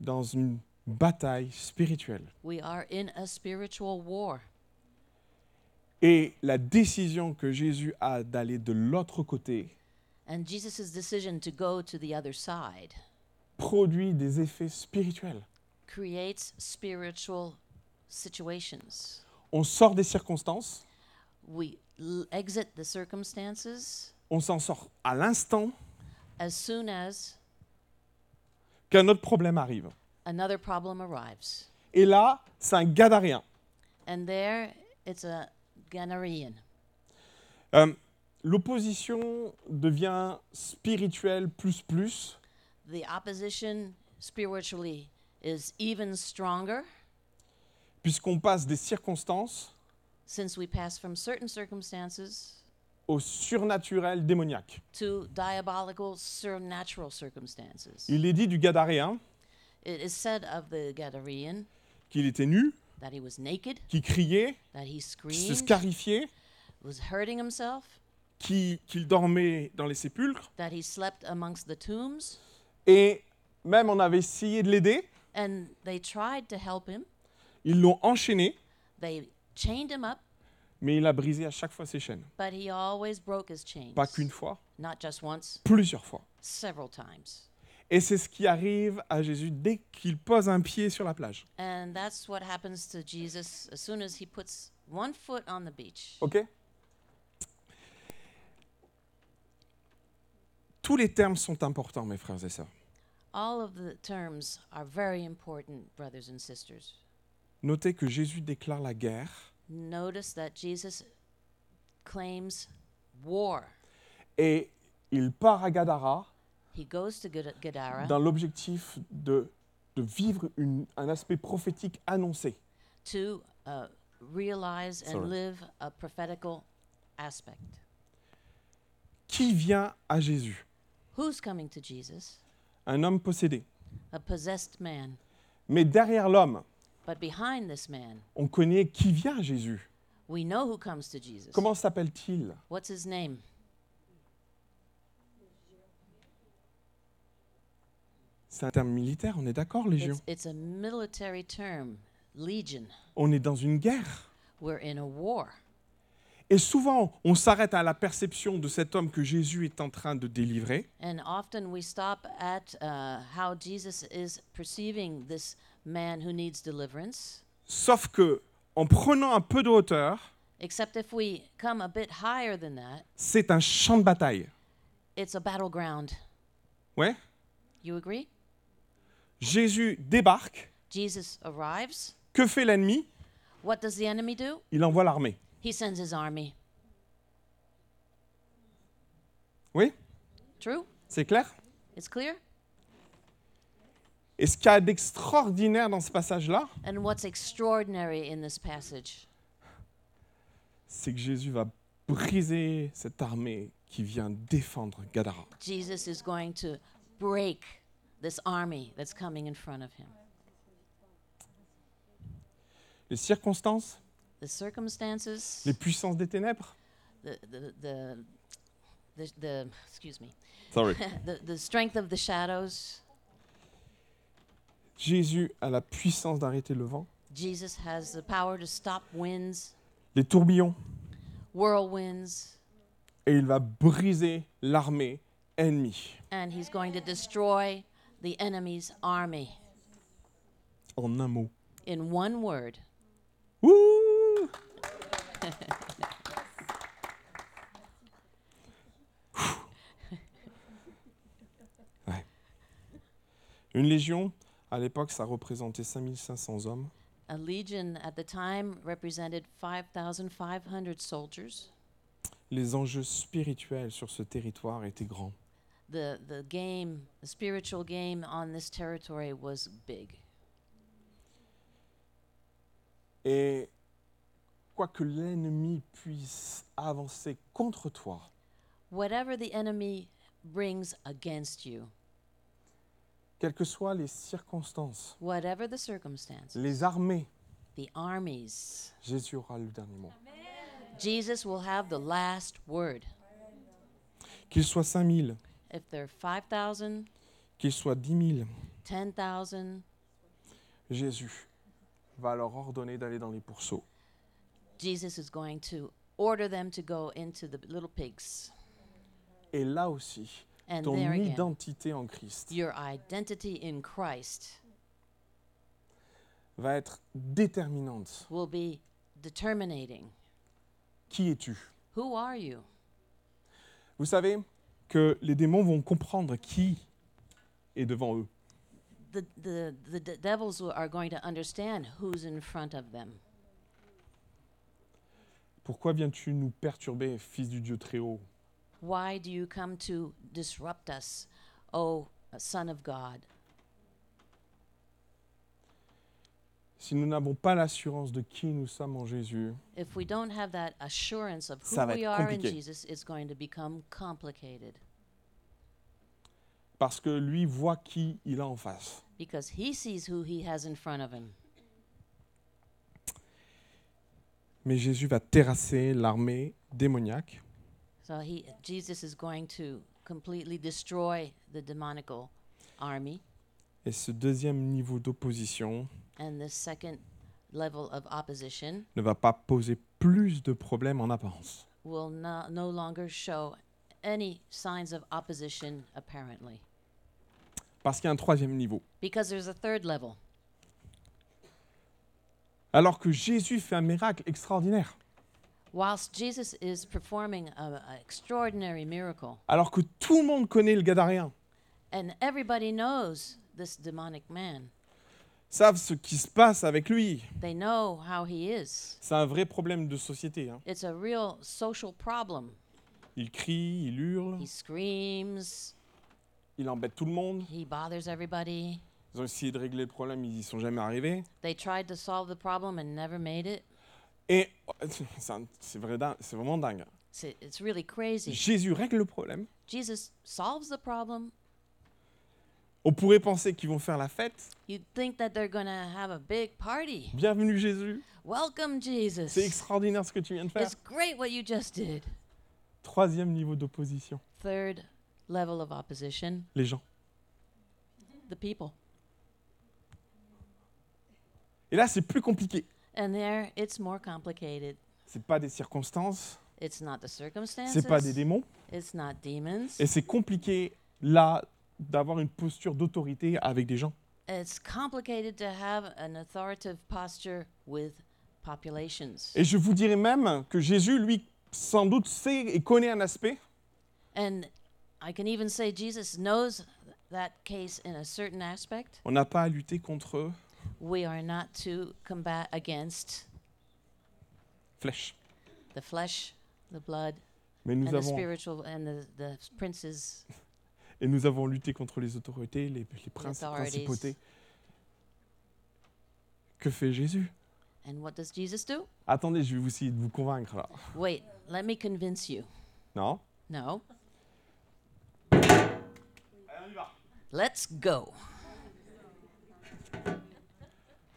[SPEAKER 2] dans une bataille spirituelle.
[SPEAKER 1] We are in a spiritual war.
[SPEAKER 2] Et la décision que Jésus a d'aller de l'autre côté
[SPEAKER 1] And Jesus' decision to go to the other side
[SPEAKER 2] produit des effets spirituels.
[SPEAKER 1] creates spiritual situations.
[SPEAKER 2] On sort des circonstances,
[SPEAKER 1] We l- exit the circumstances
[SPEAKER 2] on s'en sort à l'instant
[SPEAKER 1] as soon as
[SPEAKER 2] qu'un autre problème arrive.
[SPEAKER 1] another problem arrives.
[SPEAKER 2] Et là, c'est un gadarien.
[SPEAKER 1] And there it's a Ganarean.
[SPEAKER 2] Euh, L'opposition devient spirituelle plus plus,
[SPEAKER 1] The opposition spiritually is even stronger
[SPEAKER 2] puisqu'on passe des circonstances
[SPEAKER 1] since we pass from certain circumstances
[SPEAKER 2] au surnaturel démoniaque.
[SPEAKER 1] to diabolical supernatural circumstances.
[SPEAKER 2] Il est dit du gadaréen
[SPEAKER 1] It is said of the Gadarean
[SPEAKER 2] qu'il était nu,
[SPEAKER 1] that he was naked,
[SPEAKER 2] qu'il criait,
[SPEAKER 1] that he
[SPEAKER 2] qu'il se
[SPEAKER 1] screamed,
[SPEAKER 2] scarifiait,
[SPEAKER 1] was hurting himself,
[SPEAKER 2] qu'il qu'il dormait dans les sépulcres.
[SPEAKER 1] that he slept amongst the tombs,
[SPEAKER 2] Et même on avait essayé de l'aider,
[SPEAKER 1] and they tried to help him.
[SPEAKER 2] ils l'ont enchaîné,
[SPEAKER 1] They chained him up,
[SPEAKER 2] mais il a brisé à chaque fois ses chaînes.
[SPEAKER 1] but he always broke his chains.
[SPEAKER 2] Pas qu'une fois,
[SPEAKER 1] Not just once,
[SPEAKER 2] plusieurs fois.
[SPEAKER 1] several times.
[SPEAKER 2] Et c'est ce qui arrive à Jésus dès qu'il pose un pied sur la plage.
[SPEAKER 1] And that's what happens to Jesus as soon as he puts one foot on the beach.
[SPEAKER 2] OK Tous les termes sont importants, mes frères et sœurs.
[SPEAKER 1] All of the terms are very important, brothers and sisters.
[SPEAKER 2] Notez que Jésus déclare la guerre
[SPEAKER 1] Notice that Jesus claims war.
[SPEAKER 2] et il part à Gadara
[SPEAKER 1] He goes to Gad- Gadara
[SPEAKER 2] dans l'objectif de, de vivre une- un aspect prophétique annoncé.
[SPEAKER 1] to uh, realize and
[SPEAKER 2] Sorry.
[SPEAKER 1] live a prophetical aspect.
[SPEAKER 2] Qui vient à Jésus
[SPEAKER 1] Who's coming to Jesus?
[SPEAKER 2] Un homme possédé.
[SPEAKER 1] A possessed man.
[SPEAKER 2] Mais derrière l'homme,
[SPEAKER 1] But behind this man,
[SPEAKER 2] on connaît qui vient à Jésus.
[SPEAKER 1] we know who comes to Jesus.
[SPEAKER 2] Comment s'appelle-t-il
[SPEAKER 1] What's his name?
[SPEAKER 2] C'est un terme militaire, on est d'accord, Légion
[SPEAKER 1] It's, it's a military term, legion.
[SPEAKER 2] On est dans une guerre.
[SPEAKER 1] We're in a war.
[SPEAKER 2] Et souvent, on s'arrête à la perception de cet homme que Jésus est en train de délivrer.
[SPEAKER 1] And often we stop at uh, how Jesus is perceiving this man who needs deliverance.
[SPEAKER 2] Sauf que, en prenant un peu de hauteur,
[SPEAKER 1] Except if we come a bit higher than that,
[SPEAKER 2] c'est un champ de bataille.
[SPEAKER 1] it's a battleground.
[SPEAKER 2] Ouais.
[SPEAKER 1] You agree?
[SPEAKER 2] Jésus débarque.
[SPEAKER 1] Jesus arrives.
[SPEAKER 2] Que fait l'ennemi
[SPEAKER 1] What does the enemy do?
[SPEAKER 2] Il envoie l'armée.
[SPEAKER 1] He sends his army.
[SPEAKER 2] Oui
[SPEAKER 1] True?
[SPEAKER 2] C'est clair
[SPEAKER 1] It's clear?
[SPEAKER 2] Et ce qu'il y a d'extraordinaire dans ce passage-là,
[SPEAKER 1] And what's extraordinary in this passage
[SPEAKER 2] c'est que Jésus va briser cette armée qui vient défendre Gadara.
[SPEAKER 1] Jesus is going to break this army that's coming in front of him.
[SPEAKER 2] Les circonstances,
[SPEAKER 1] The circumstances,
[SPEAKER 2] les puissances des ténèbres,
[SPEAKER 1] the, the, the, the, the excuse me,
[SPEAKER 2] Sorry.
[SPEAKER 1] the, the strength of the shadows.
[SPEAKER 2] Jésus a la puissance d'arrêter le vent,
[SPEAKER 1] Jesus has the power to stop winds,
[SPEAKER 2] les tourbillons,
[SPEAKER 1] whirlwinds,
[SPEAKER 2] et il va briser l'armée ennemie.
[SPEAKER 1] and he's going to destroy the enemy's army.
[SPEAKER 2] En un mot.
[SPEAKER 1] In one word,
[SPEAKER 2] Wouh Ouais. Une légion, à l'époque, ça représentait 5500 hommes.
[SPEAKER 1] a legion at the time represented 5,500 soldiers.
[SPEAKER 2] Les enjeux spirituels sur ce territoire étaient grands.
[SPEAKER 1] The, the game, the spiritual game on this territory was big.
[SPEAKER 2] Et quoique l'ennemi puisse avancer contre toi,
[SPEAKER 1] Whatever the enemy brings against you,
[SPEAKER 2] quelles que soient les circonstances,
[SPEAKER 1] whatever the circumstance,
[SPEAKER 2] les armées,
[SPEAKER 1] the armies,
[SPEAKER 2] Jésus aura le dernier mot.
[SPEAKER 1] Jesus will have the last word.
[SPEAKER 2] Qu'il soit 5000,
[SPEAKER 1] If there are 5,000,
[SPEAKER 2] qu'il soit 10 000,
[SPEAKER 1] 10,000,
[SPEAKER 2] Jésus va leur ordonner d'aller dans les pourceaux.
[SPEAKER 1] Jesus is going to order them to go into the little pigs.
[SPEAKER 2] Et là aussi,
[SPEAKER 1] And
[SPEAKER 2] ton
[SPEAKER 1] there again,
[SPEAKER 2] identité en Christ
[SPEAKER 1] your identity in Christ
[SPEAKER 2] va être déterminante.
[SPEAKER 1] will be determining.
[SPEAKER 2] Qui es-tu
[SPEAKER 1] Who are you?
[SPEAKER 2] Vous savez que les démons vont comprendre qui est devant eux.
[SPEAKER 1] The, the, the d- devils will- are going to understand who's in front of them.
[SPEAKER 2] Pourquoi viens-tu nous perturber, fils du Dieu très haut
[SPEAKER 1] Why do you come to disrupt us, O Son of God?
[SPEAKER 2] Si nous n'avons pas l'assurance de qui nous sommes en Jésus,
[SPEAKER 1] If we don't have that assurance of who
[SPEAKER 2] Ça va
[SPEAKER 1] we
[SPEAKER 2] être
[SPEAKER 1] are
[SPEAKER 2] compliqué.
[SPEAKER 1] in Jesus, it's going to become complicated
[SPEAKER 2] parce que lui voit qui il a en face.
[SPEAKER 1] because he sees who he has in front of him.
[SPEAKER 2] Mais Jésus va terrasser l'armée démoniaque
[SPEAKER 1] So he, Jesus is going to completely destroy the demonical army.
[SPEAKER 2] et ce deuxième niveau d'opposition
[SPEAKER 1] And this second level of opposition
[SPEAKER 2] ne va pas poser plus de problèmes en apparence.
[SPEAKER 1] will no, no longer show any signs of opposition, apparently,
[SPEAKER 2] Parce qu'il y a un troisième niveau.
[SPEAKER 1] because there's a third level.
[SPEAKER 2] Alors que Jésus fait un miracle extraordinaire,
[SPEAKER 1] Whilst Jesus is performing an extraordinary miracle,
[SPEAKER 2] alors que tout le monde connaît le Gadaréen,
[SPEAKER 1] and everybody knows this demonic man,
[SPEAKER 2] savent ce qui se passe avec lui,
[SPEAKER 1] they know how he is.
[SPEAKER 2] c'est un vrai problème de société. hein.
[SPEAKER 1] It's a real social problem.
[SPEAKER 2] Il crie, il hurle,
[SPEAKER 1] He screams,
[SPEAKER 2] il embête tout le monde.
[SPEAKER 1] he bothers everybody.
[SPEAKER 2] Ils ont essayé de régler le problème, ils n'y sont jamais arrivés.
[SPEAKER 1] They tried to solve the problem and never made it.
[SPEAKER 2] Et c'est un- c'est vrai dingue- c'est vraiment dingue. hein.
[SPEAKER 1] It's, it's really crazy.
[SPEAKER 2] Jésus règle le problème.
[SPEAKER 1] Jesus solves the problem.
[SPEAKER 2] On pourrait penser qu'ils vont faire la fête.
[SPEAKER 1] You'd think that they're going to have a big party.
[SPEAKER 2] Bienvenue Jésus.
[SPEAKER 1] Welcome, Jesus.
[SPEAKER 2] C'est extraordinaire ce que tu viens de faire.
[SPEAKER 1] It's great what you just did.
[SPEAKER 2] Troisième niveau d'opposition,
[SPEAKER 1] Third level of opposition
[SPEAKER 2] les gens.
[SPEAKER 1] the people.
[SPEAKER 2] Et là, c'est plus compliqué.
[SPEAKER 1] And there, it's more complicated.
[SPEAKER 2] C'est pas des circonstances,
[SPEAKER 1] It's not the circumstances,
[SPEAKER 2] c'est pas des démons.
[SPEAKER 1] it's not demons.
[SPEAKER 2] Et c'est compliqué là d'avoir une posture d'autorité avec des gens.
[SPEAKER 1] It's complicated to have an authoritative posture with populations.
[SPEAKER 2] Et je vous dirais même que Jésus, lui, sans doute sait et connaît un aspect
[SPEAKER 1] And I can even say Jesus knows that case in a certain aspect.
[SPEAKER 2] On n'a pas à lutter contre
[SPEAKER 1] We are not to combat against
[SPEAKER 2] flèches.
[SPEAKER 1] the flesh, the blood,
[SPEAKER 2] Mais nous
[SPEAKER 1] and the
[SPEAKER 2] avons
[SPEAKER 1] spiritual and the, the princes.
[SPEAKER 2] et nous avons lutté contre les autorités, les, les princes,
[SPEAKER 1] Authorities.
[SPEAKER 2] principautés. Que fait Jésus
[SPEAKER 1] And what does Jesus do?
[SPEAKER 2] Attendez, je vais vous essayer de vous convaincre là.
[SPEAKER 1] Wait, let me convince you.
[SPEAKER 2] Non
[SPEAKER 1] No. Let's go.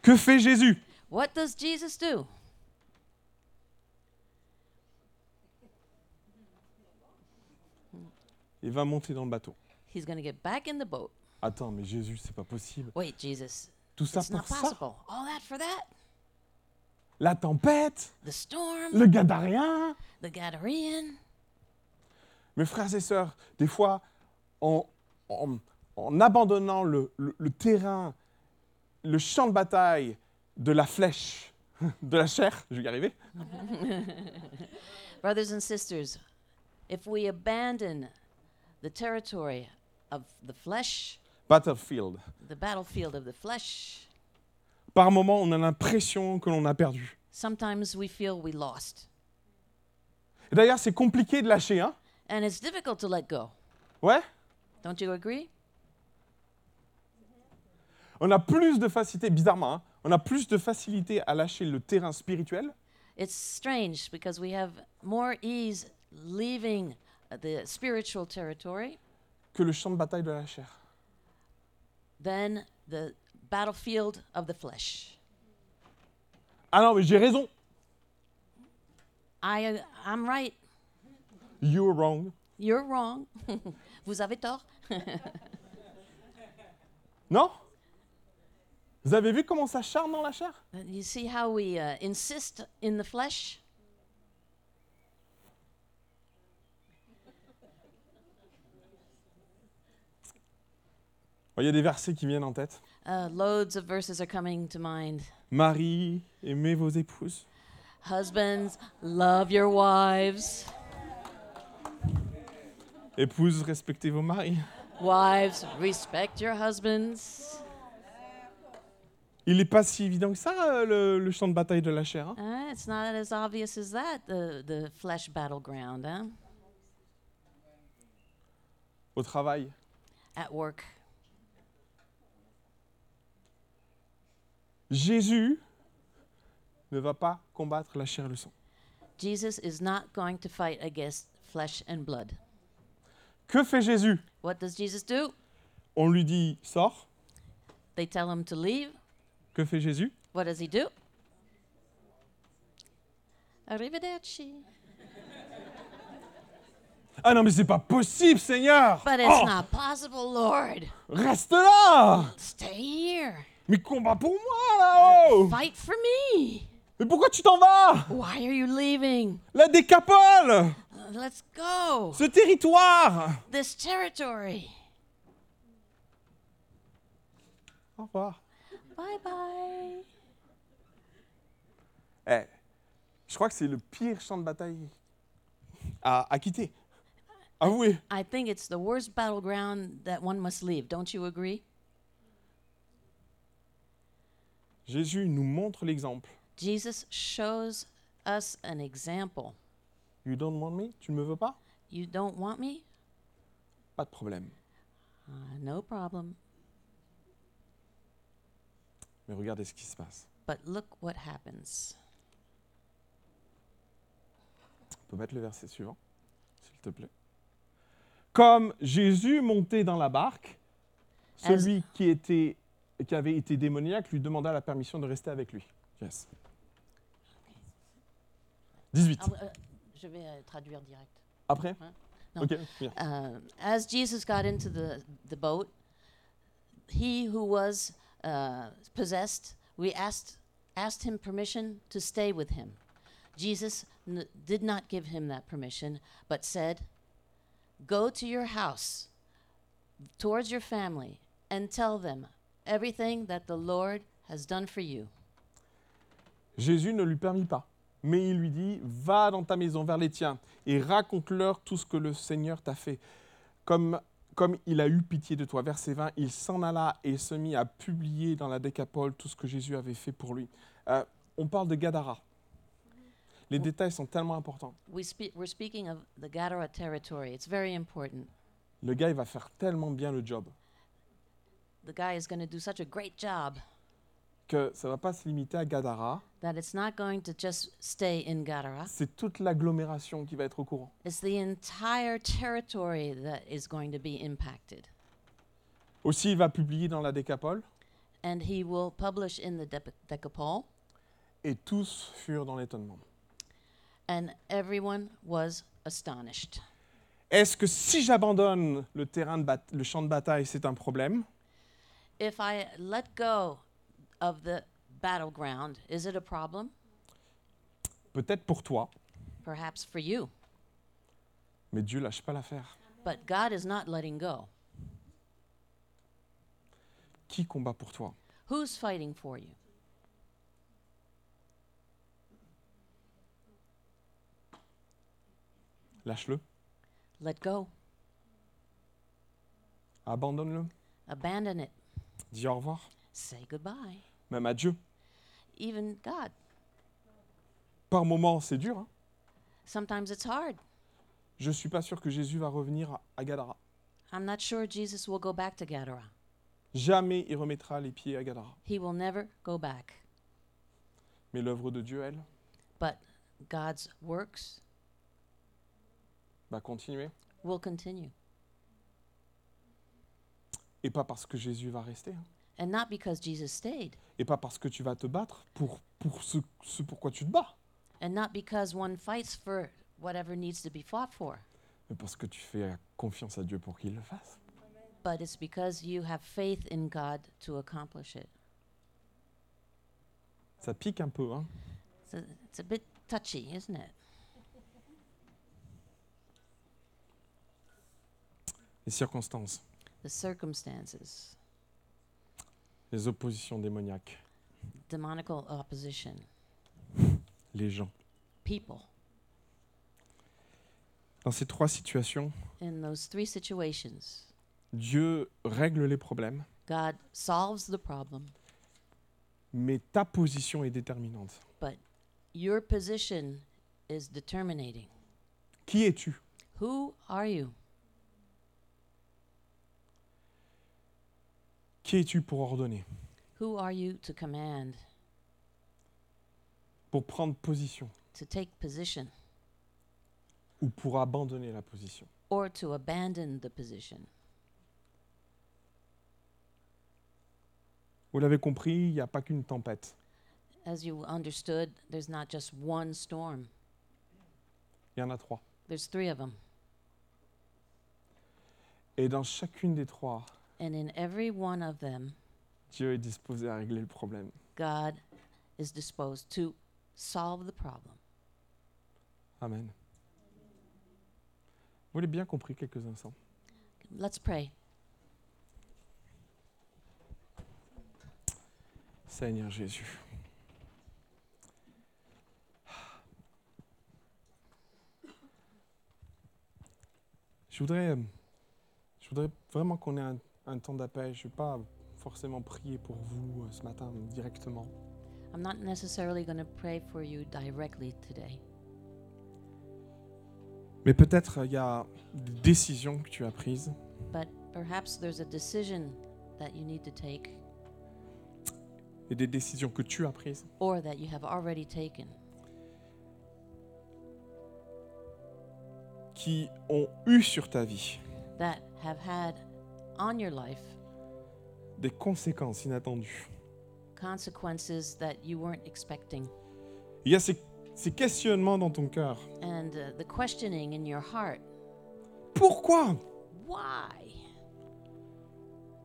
[SPEAKER 2] Que fait Jésus
[SPEAKER 1] What does Jesus do?
[SPEAKER 2] et va monter dans le bateau.
[SPEAKER 1] He's going to get back in the boat.
[SPEAKER 2] Attends, mais Jésus, c'est pas possible.
[SPEAKER 1] Wait, Jesus,
[SPEAKER 2] Tout ça
[SPEAKER 1] it's
[SPEAKER 2] pour
[SPEAKER 1] not
[SPEAKER 2] ça.
[SPEAKER 1] possible. All that for that?
[SPEAKER 2] La tempête,
[SPEAKER 1] The storm,
[SPEAKER 2] le gadarien.
[SPEAKER 1] the Gadarean.
[SPEAKER 2] Mes frères et sœurs, des fois, en, en- en abandonnant le, le- le terrain, le champ de bataille de la flèche, de la chair, je vais y arriver,
[SPEAKER 1] Brothers and sisters, if we abandon the territory of the flesh,
[SPEAKER 2] battlefield.
[SPEAKER 1] the battlefield of the flesh,
[SPEAKER 2] Par moments, on a l'impression que l'on a perdu.
[SPEAKER 1] sometimes we feel we lost.
[SPEAKER 2] Et D'ailleurs, c'est compliqué de lâcher, hein
[SPEAKER 1] And it's difficult to let go.
[SPEAKER 2] Ouais
[SPEAKER 1] Don't you agree?
[SPEAKER 2] On a plus de facilité, bizarrement, hein, on a plus de facilité à lâcher le terrain spirituel
[SPEAKER 1] It's strange because we have more ease leaving uh, the spiritual territory
[SPEAKER 2] que le champ de bataille de la chair.
[SPEAKER 1] than the battlefield of the flesh.
[SPEAKER 2] Ah non, mais j'ai raison.
[SPEAKER 1] I, uh, I'm right.
[SPEAKER 2] You're wrong.
[SPEAKER 1] You're wrong. Vous avez tort.
[SPEAKER 2] Non Vous avez vu comment ça charme dans la chair
[SPEAKER 1] And You see how we uh, insist in the flesh?
[SPEAKER 2] Oh, Il y a des versets qui viennent en tête.
[SPEAKER 1] Uh, loads of verses are coming to mind.
[SPEAKER 2] Marie, aimez vos épouses.
[SPEAKER 1] Husbands, love your wives.
[SPEAKER 2] Épouses, respectez vos maris.
[SPEAKER 1] Wives, respect your husbands.
[SPEAKER 2] Il n'est pas si évident que ça, euh, le, le champ de bataille de la chair. hein.
[SPEAKER 1] Uh, it's not as obvious as that, the, the flesh battleground, huh?
[SPEAKER 2] Au travail,
[SPEAKER 1] At work.
[SPEAKER 2] Jésus ne va pas combattre la chair et le sang.
[SPEAKER 1] Jesus is not going to fight against flesh and blood.
[SPEAKER 2] Que fait Jésus
[SPEAKER 1] What does Jesus do?
[SPEAKER 2] On lui dit sors.
[SPEAKER 1] They tell him to leave.
[SPEAKER 2] Que fait Jésus
[SPEAKER 1] What does he do? Arrivederci.
[SPEAKER 2] Ah non mais c'est pas possible, Seigneur.
[SPEAKER 1] But it's
[SPEAKER 2] Oh,
[SPEAKER 1] not possible, Lord.
[SPEAKER 2] Reste là.
[SPEAKER 1] Stay here.
[SPEAKER 2] Mais combat pour moi là-haut.
[SPEAKER 1] Fight for me.
[SPEAKER 2] Mais pourquoi tu t'en vas
[SPEAKER 1] Why are you leaving?
[SPEAKER 2] La décapole
[SPEAKER 1] Uh, Let's go.
[SPEAKER 2] Ce territoire
[SPEAKER 1] This territory.
[SPEAKER 2] Au revoir.
[SPEAKER 1] Bye bye.
[SPEAKER 2] Eh, je crois que c'est le pire champ de bataille à, à quitter. Avouez.
[SPEAKER 1] I think it's the worst battleground that one must leave. Don't you agree?
[SPEAKER 2] Jésus nous montre l'exemple.
[SPEAKER 1] Jesus shows us an example.
[SPEAKER 2] You don't want me Tu ne me veux pas
[SPEAKER 1] You don't want me?
[SPEAKER 2] Pas de problème.
[SPEAKER 1] Uh, no problem.
[SPEAKER 2] Mais regardez ce qui se passe.
[SPEAKER 1] But look what happens.
[SPEAKER 2] On peut mettre le verset suivant, s'il te plaît. Comme Jésus montait dans la barque,
[SPEAKER 1] As-
[SPEAKER 2] celui qui, était, qui avait été démoniaque lui demanda la permission de rester avec lui. Yes. 18.
[SPEAKER 1] Ah uh, je vais euh, traduire direct.
[SPEAKER 2] Après
[SPEAKER 1] Non.
[SPEAKER 2] Ok, bien.
[SPEAKER 1] Uh, as Jesus got into the, the boat, he who was uh, possessed, we asked, asked him permission to stay with him. Jesus n- did not give him that permission, but said, Go to your house, towards your family, and tell them everything that the Lord has done for you.
[SPEAKER 2] Jésus ne lui permit pas, mais il lui dit Va dans ta maison vers les tiens et raconte-leur tout ce que le Seigneur t'a fait. Comme, comme il a eu pitié de toi. Verset 20 Il s'en alla et se mit à publier dans la décapole tout ce que Jésus avait fait pour lui. Euh, on parle de Gadara. Les détails sont tellement importants.
[SPEAKER 1] We spe- we're speaking of the Gadara territory. It's very important.
[SPEAKER 2] Le gars, il va faire tellement bien le job
[SPEAKER 1] The guy is going to do such a great job.
[SPEAKER 2] que ça va pas se limiter à Gadara.
[SPEAKER 1] that it's not going to just stay in Gadara.
[SPEAKER 2] C'est toute l'agglomération qui va être au courant.
[SPEAKER 1] It's the entire territory that is going to be impacted.
[SPEAKER 2] Aussi, il va publier dans la décapole
[SPEAKER 1] And he will publish in the Dep- Decapole,
[SPEAKER 2] et tous furent dans l'étonnement.
[SPEAKER 1] and everyone was astonished.
[SPEAKER 2] Est-ce que si j'abandonne le, terrain de bat- le champ de bataille, c'est un problème
[SPEAKER 1] If I let go of the battleground, is it a problem?
[SPEAKER 2] Peut-être pour toi,
[SPEAKER 1] Perhaps for you.
[SPEAKER 2] mais Dieu lâche pas l'affaire.
[SPEAKER 1] But God is not letting go.
[SPEAKER 2] Qui combat pour toi
[SPEAKER 1] Who's fighting for you?
[SPEAKER 2] Lâche-le,
[SPEAKER 1] Let go.
[SPEAKER 2] abandonne-le,
[SPEAKER 1] Abandon it.
[SPEAKER 2] dis au revoir,
[SPEAKER 1] Say goodbye.
[SPEAKER 2] même à Dieu.
[SPEAKER 1] Even God.
[SPEAKER 2] Par moments, c'est dur. hein.
[SPEAKER 1] Sometimes it's hard.
[SPEAKER 2] Je suis pas sûr que Jésus va revenir à- à Gadara.
[SPEAKER 1] I'm not sure Jesus will go back to Gadara.
[SPEAKER 2] Jamais il remettra les pieds à Gadara.
[SPEAKER 1] He will never go back.
[SPEAKER 2] Mais l'œuvre de Dieu, elle,
[SPEAKER 1] But God's works
[SPEAKER 2] va continuer.
[SPEAKER 1] will continue.
[SPEAKER 2] Et pas parce que Jésus va rester. hein.
[SPEAKER 1] And not because Jesus stayed,
[SPEAKER 2] Et pas parce que tu vas te battre pour, pour ce, ce pourquoi tu te bats.
[SPEAKER 1] and not because one fights for whatever needs to be fought for,
[SPEAKER 2] Mais parce que tu fais confiance à Dieu pour qu'il le fasse.
[SPEAKER 1] but it's because you have faith in God to accomplish it.
[SPEAKER 2] Ça pique un peu. Hein.
[SPEAKER 1] It's a, it's a bit touchy, isn't it?
[SPEAKER 2] Les circonstances,
[SPEAKER 1] The circumstances,
[SPEAKER 2] les oppositions démoniaques,
[SPEAKER 1] demonical opposition,
[SPEAKER 2] les gens.
[SPEAKER 1] people.
[SPEAKER 2] Dans ces trois situations,
[SPEAKER 1] In those three situations,
[SPEAKER 2] Dieu règle les problèmes,
[SPEAKER 1] God solves the problem,
[SPEAKER 2] mais ta position est déterminante.
[SPEAKER 1] but your position is determinating.
[SPEAKER 2] Qui es-tu
[SPEAKER 1] Who are you?
[SPEAKER 2] Qui es-tu pour ordonner
[SPEAKER 1] Who are you to command,
[SPEAKER 2] Pour prendre position
[SPEAKER 1] to take position,
[SPEAKER 2] ou pour abandonner la position
[SPEAKER 1] or to abandon the position?
[SPEAKER 2] Vous l'avez compris, il n'y a pas qu'une tempête.
[SPEAKER 1] As you understood, there's not just one storm,
[SPEAKER 2] Il y en a trois.
[SPEAKER 1] there's three of them.
[SPEAKER 2] Et dans chacune des trois,
[SPEAKER 1] And in every one of them,
[SPEAKER 2] Dieu est disposé à régler le problème.
[SPEAKER 1] God is disposed to solve the problem.
[SPEAKER 2] Amen. Vous l'avez bien compris quelques instants.
[SPEAKER 1] Let's pray.
[SPEAKER 2] Seigneur Jésus. Je voudrais, euh, je voudrais vraiment qu'on ait un, un temps d'appel. Je ne vais pas forcément prier pour vous euh, ce matin directement,
[SPEAKER 1] I'm not necessarily going to pray for you directly today,
[SPEAKER 2] mais peut-être euh, il y a des décisions que tu as prises
[SPEAKER 1] but perhaps there's a decision that you need to take
[SPEAKER 2] et des décisions que tu as prises
[SPEAKER 1] or that you have already taken
[SPEAKER 2] qui ont eu sur ta vie
[SPEAKER 1] that have had on your life
[SPEAKER 2] des conséquences inattendues.
[SPEAKER 1] consequences that you weren't expecting.
[SPEAKER 2] Il y a ces, ces questionnements dans ton cœur.
[SPEAKER 1] And uh, the questioning in your heart
[SPEAKER 2] Pourquoi
[SPEAKER 1] why?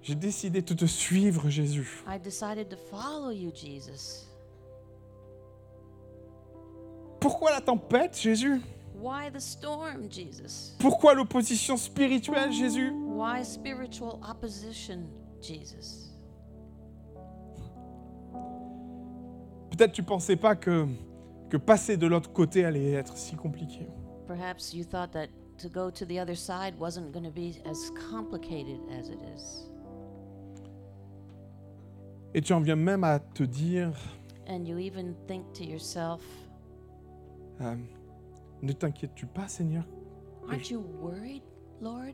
[SPEAKER 2] j'ai décidé de te suivre, Jésus
[SPEAKER 1] I decided to follow you, Jesus.
[SPEAKER 2] Pourquoi la tempête, Jésus
[SPEAKER 1] Why the storm, Jesus?
[SPEAKER 2] Pourquoi l'opposition spirituelle, Jésus
[SPEAKER 1] Why spiritual opposition, Jesus?
[SPEAKER 2] Peut-être tu pensais pas que, que passer de l'autre côté allait être si compliqué.
[SPEAKER 1] Perhaps you thought that to go to the other side wasn't going to be as complicated as it is.
[SPEAKER 2] Et tu en viens même à te dire,
[SPEAKER 1] And you even think to yourself,
[SPEAKER 2] euh, ne t'inquiètes-tu pas, Seigneur,
[SPEAKER 1] aren't you worried, Lord,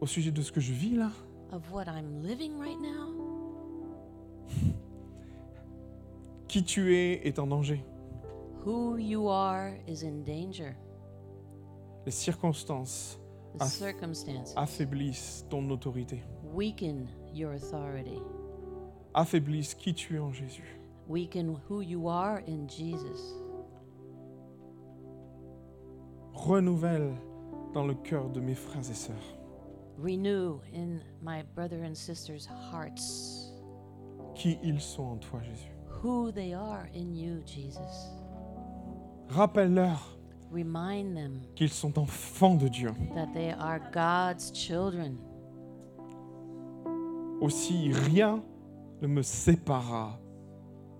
[SPEAKER 2] au sujet de ce que je vis là
[SPEAKER 1] of what I'm living right now?
[SPEAKER 2] Qui tu es est en danger.
[SPEAKER 1] Who you are is in danger.
[SPEAKER 2] Les circonstances
[SPEAKER 1] The
[SPEAKER 2] Aff-
[SPEAKER 1] circumstances
[SPEAKER 2] affaiblissent ton autorité,
[SPEAKER 1] weaken your authority.
[SPEAKER 2] affaiblissent qui tu es en Jésus.
[SPEAKER 1] weaken who you are in Jesus.
[SPEAKER 2] Renouvelle dans le cœur de mes frères et sœurs,
[SPEAKER 1] Renew in my brother and sisters' hearts
[SPEAKER 2] qui ils sont en toi, Jésus.
[SPEAKER 1] who they are in you, Jesus.
[SPEAKER 2] Rappelle-leur
[SPEAKER 1] Remind them
[SPEAKER 2] qu'ils sont enfants de Dieu.
[SPEAKER 1] that they are God's children.
[SPEAKER 2] Aussi, rien ne me séparera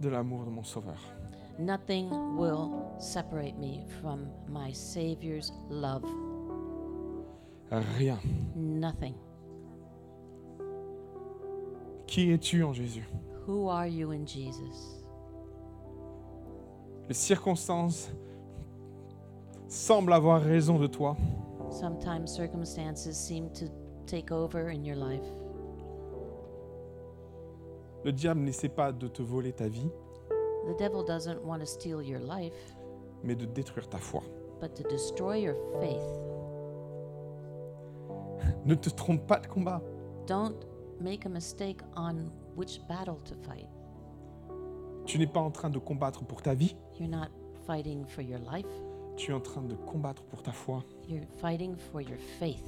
[SPEAKER 2] de l'amour de mon Sauveur.
[SPEAKER 1] Nothing will separate me from my Savior's love.
[SPEAKER 2] Rien.
[SPEAKER 1] Nothing.
[SPEAKER 2] Qui es-tu en Jésus
[SPEAKER 1] Who are you in Jesus?
[SPEAKER 2] Les circonstances semblent avoir raison de toi,
[SPEAKER 1] Sometimes circumstances seem to take over in your life.
[SPEAKER 2] Le diable n'essaie pas de te voler ta vie,
[SPEAKER 1] The devil doesn't want to steal your life,
[SPEAKER 2] mais de détruire ta foi.
[SPEAKER 1] but to destroy your faith.
[SPEAKER 2] Ne te trompe pas de combat.
[SPEAKER 1] Don't make a mistake on which battle to fight.
[SPEAKER 2] Tu n'es pas en train de combattre pour ta vie,
[SPEAKER 1] You're not fighting for your life,
[SPEAKER 2] tu es en train de combattre pour ta foi,
[SPEAKER 1] you're fighting for your faith,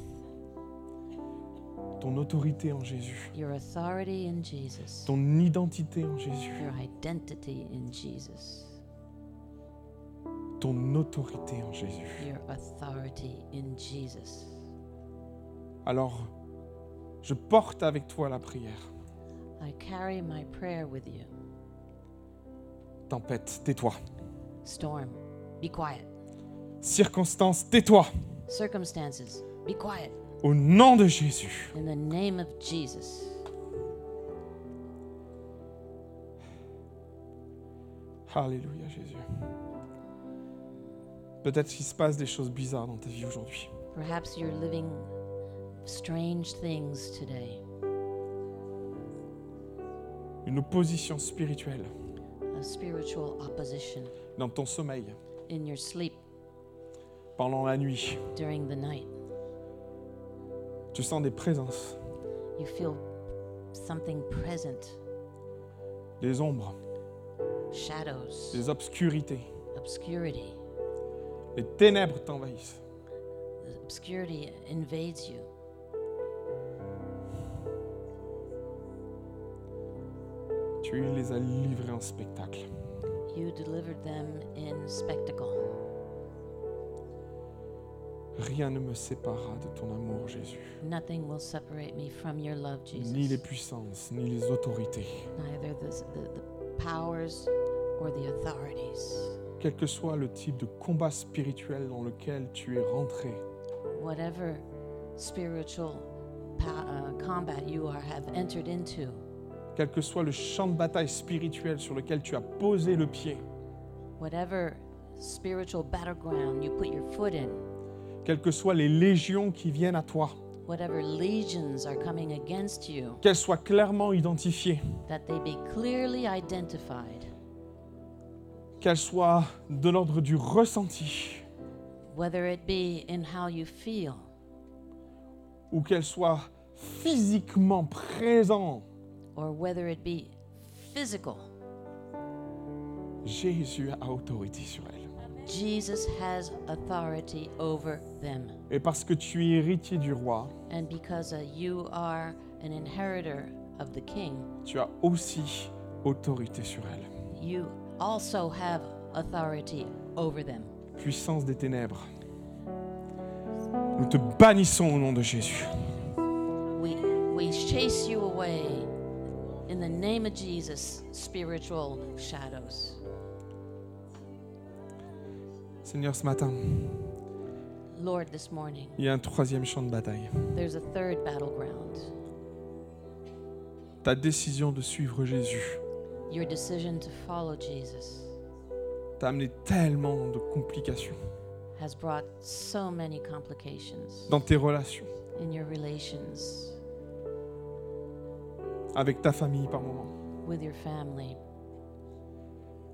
[SPEAKER 2] ton autorité en Jésus,
[SPEAKER 1] your authority in Jesus,
[SPEAKER 2] ton identité en Jésus,
[SPEAKER 1] your identity in Jesus,
[SPEAKER 2] ton autorité en Jésus.
[SPEAKER 1] your authority in Jesus.
[SPEAKER 2] Alors, je porte avec toi la prière.
[SPEAKER 1] I carry my prayer with you.
[SPEAKER 2] Tempête, tais-toi.
[SPEAKER 1] Storm, be quiet.
[SPEAKER 2] Circonstances, tais-toi.
[SPEAKER 1] Circumstances, be quiet.
[SPEAKER 2] Au nom de Jésus.
[SPEAKER 1] In the name of Jesus.
[SPEAKER 2] Alléluia Jésus. Peut-être qu'il se passe des choses bizarres dans ta vie aujourd'hui.
[SPEAKER 1] Perhaps you're living strange things today.
[SPEAKER 2] Une opposition spirituelle
[SPEAKER 1] A spiritual opposition
[SPEAKER 2] dans ton sommeil,
[SPEAKER 1] in your sleep
[SPEAKER 2] pendant la nuit.
[SPEAKER 1] during the night.
[SPEAKER 2] Tu sens des présences,
[SPEAKER 1] You feel something present,
[SPEAKER 2] des ombres,
[SPEAKER 1] shadows,
[SPEAKER 2] des obscurités.
[SPEAKER 1] obscurity.
[SPEAKER 2] Les ténèbres t'envahissent.
[SPEAKER 1] The obscurity invades you.
[SPEAKER 2] Tu les as livrés en spectacle.
[SPEAKER 1] You delivered them in spectacle.
[SPEAKER 2] Rien ne me séparera de ton amour, Jésus.
[SPEAKER 1] Nothing will separate me from your love,
[SPEAKER 2] Ni les
[SPEAKER 1] Jesus.
[SPEAKER 2] puissances, ni les autorités.
[SPEAKER 1] Neither the, the, the powers or the authorities.
[SPEAKER 2] Quel que soit le type de combat spirituel dans lequel tu es rentré,
[SPEAKER 1] whatever spiritual pa- uh, combat you are have entered into,
[SPEAKER 2] quel que soit le champ de bataille spirituel sur lequel tu as posé le pied,
[SPEAKER 1] whatever spiritual battleground you put your foot in,
[SPEAKER 2] quelles que soient les légions qui viennent à toi,
[SPEAKER 1] whatever legions are coming against you,
[SPEAKER 2] qu'elles soient clairement identifiées,
[SPEAKER 1] that they be clearly identified,
[SPEAKER 2] qu'elles soient de l'ordre du ressenti
[SPEAKER 1] whether it be in how you feel,
[SPEAKER 2] ou qu'elles soient physiquement présentes.
[SPEAKER 1] or whether it be physical.
[SPEAKER 2] Jésus a autorité sur elles.
[SPEAKER 1] Jesus has authority over them.
[SPEAKER 2] Et parce que tu es héritier du roi,
[SPEAKER 1] And because uh, you are an inheritor of the king,
[SPEAKER 2] tu as aussi autorité sur elles.
[SPEAKER 1] you also have authority over them.
[SPEAKER 2] Puissance des ténèbres. Nous te bannissons au nom de Jésus.
[SPEAKER 1] We, we chase you away in the name of Jesus, spiritual shadows.
[SPEAKER 2] Seigneur, ce matin,
[SPEAKER 1] Lord, this morning,
[SPEAKER 2] il y a un troisième champ de bataille.
[SPEAKER 1] there's a third battleground
[SPEAKER 2] Ta décision de suivre Jésus
[SPEAKER 1] your decision to follow Jesus.
[SPEAKER 2] t'a amené tellement de complications
[SPEAKER 1] Has brought so many complications
[SPEAKER 2] dans tes relations,
[SPEAKER 1] in your relations
[SPEAKER 2] avec ta famille par moment.
[SPEAKER 1] with your family,